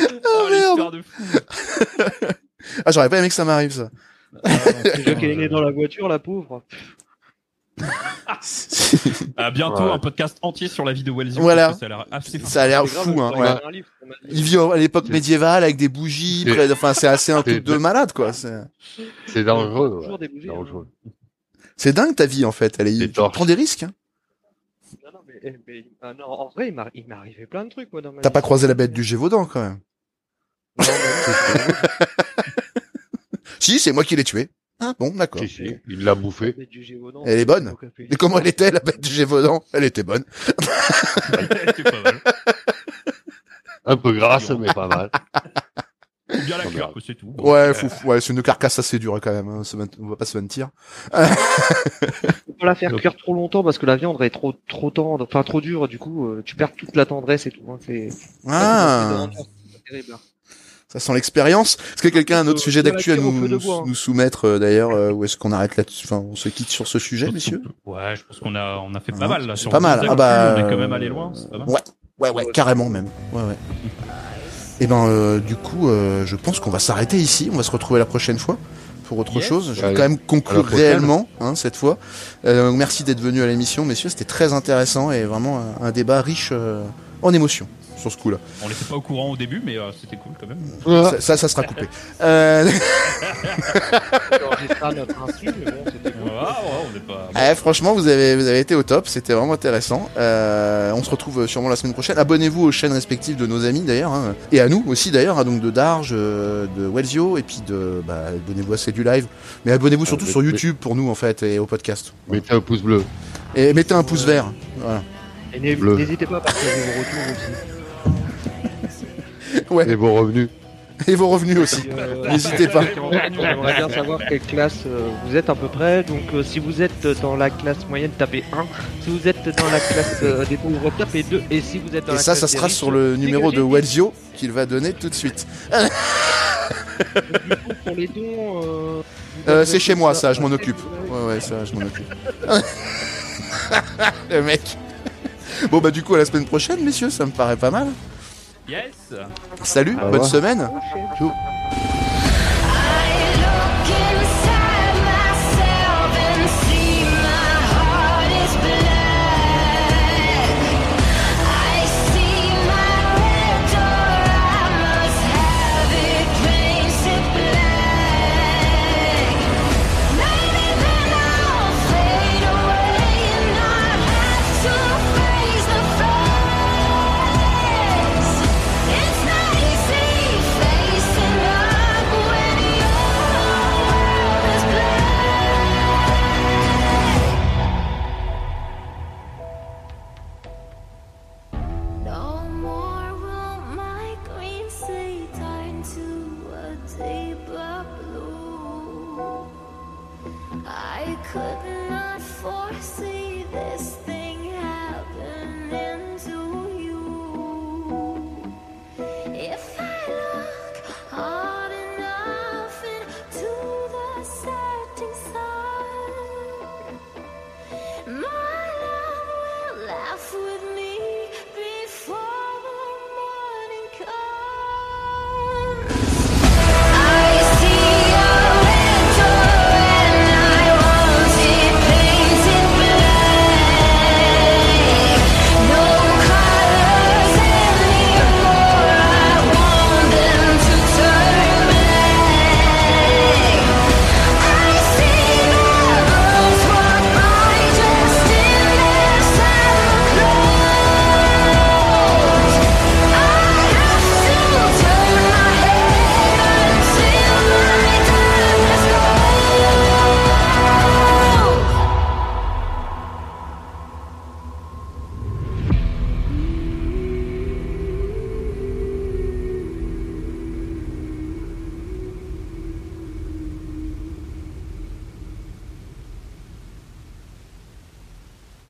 Oh, l'histoire de fou.
Ah, j'aurais pas aimé que ça m'arrive ça.
Déjà qu'elle est née dans la voiture, la pauvre.
Ah, bientôt,
Ouais.
un podcast entier sur la vie de Wellesley.
Voilà.
parce que Ça a l'air assez fou.
ça a l'air
C'est grave,
fou, hein.
je
Ouais.
regarde un livre, on m'a dit.
Il vit en- à l'époque médiévale avec des bougies.
C'est-
près de- Enfin, c'est assez un
c'est-
truc de malade, quoi. C'est
C'est dangereux.
Toujours
Ouais.
des bougées, hein.
dangereux.
c'est dingue ta vie en fait. Elle est,
C'est
tu
torche.
prends des risques. Hein.
Non, non, mais, eh, mais- ah non, en vrai, il m'arri- il m'est arrivé plein de trucs, moi, dans ma
T'as
vie.
pas croisé la bête du Gévaudan quand même.
Non, mais-
Si, c'est moi qui l'ai tué. Ah bon, d'accord.
Si, si, il l'a bouffé.
Mais du Gévaudan,
Elle est bonne.
au café.
Et comment elle était la bête du Gévaudan Elle était bonne.
C'est pas mal.
Un peu grasse, mais pas mal.
Ou bien la
Oh,
cuir,
merde.
que c'est tout. Bon,
Ouais,
euh,
fou, ouais, c'est une carcasse assez dure quand même. hein, se men- On va pas se mentir.
Faut pas la faire
Donc.
cuire trop longtemps parce que la viande va être trop trop tendre, enfin trop dure. Du coup, euh, tu perds toute la tendresse et tout. hein, c'est
Ah.
c'est terrible. hein.
Ça sent l'expérience. Est-ce que quelqu'un a un autre
Euh,
sujet
on va
d'actu à
tirer au
nous,
feu de bois, hein.
nous soumettre euh, d'ailleurs euh, Ou est-ce qu'on arrête là-dessus Enfin, on se quitte sur ce sujet,
Surtout-
messieurs
Ouais, je pense qu'on a, on a fait
Ah,
pas mal là.
c'est
sur
pas
le
mal.
contact,
Ah bah,
On est quand même
euh,
allé loin. c'est pas mal.
Ouais, ouais, ouais, carrément même. Ouais, ouais. Et ben, euh, du coup, euh, je pense qu'on va s'arrêter ici. On va se retrouver la prochaine fois pour autre
Yes.
chose. Je vais
Allez,
quand même
à la
conclure
prochaine.
réellement hein, cette fois. Euh, merci d'être venu à l'émission, messieurs. C'était très intéressant et vraiment un, un débat riche euh, en émotions sur ce coup-là.
On n'était pas au courant au début, mais euh, c'était cool quand même.
Ah,
Ça, ça, ça sera coupé. Euh,
enregistrera notre insu, mais bon, c'était cool.
Ah, ouais, on n'est pas.
Eh, franchement, vous avez, vous avez été au top, c'était vraiment intéressant. Euh, on se retrouve sûrement la semaine prochaine. Abonnez-vous aux chaînes respectives de nos amis d'ailleurs, hein. et à nous aussi d'ailleurs, hein, donc de Darge, euh, de Wellsio, et puis de. Bah, abonnez-vous à C'est du live, mais abonnez-vous surtout
mais-
sur YouTube pour nous en fait et au podcast.
Mettez un pouce bleu.
Et mettez un pouce vert. Voilà.
Et n'hé-
Bleu.
n'hésitez pas à partager vos retours aussi.
Ouais.
Et vos revenus.
Et vos revenus aussi.
Euh,
N'hésitez pas.
On aimerait bien savoir quelle classe euh, vous êtes à peu près. Donc euh, si vous êtes dans la classe moyenne, tapez 1. Si vous êtes dans la classe euh, des pauvres, tapez 2. Et si vous êtes dans
Et
la
ça,
classe
ça
des
sera
riches,
sur le numéro de
dégagez.
Wellsio qu'il va donner tout de suite.
Pour les dons, euh, vous
Euh,
avez
c'est chez
tout
moi ça, je m'en occupe. Ouais ouais ça je m'en occupe. Le mec. Bon bah du coup à la semaine prochaine messieurs, ça me paraît pas mal.
Yes!
Salut,
Au
bonne
revoir.
semaine.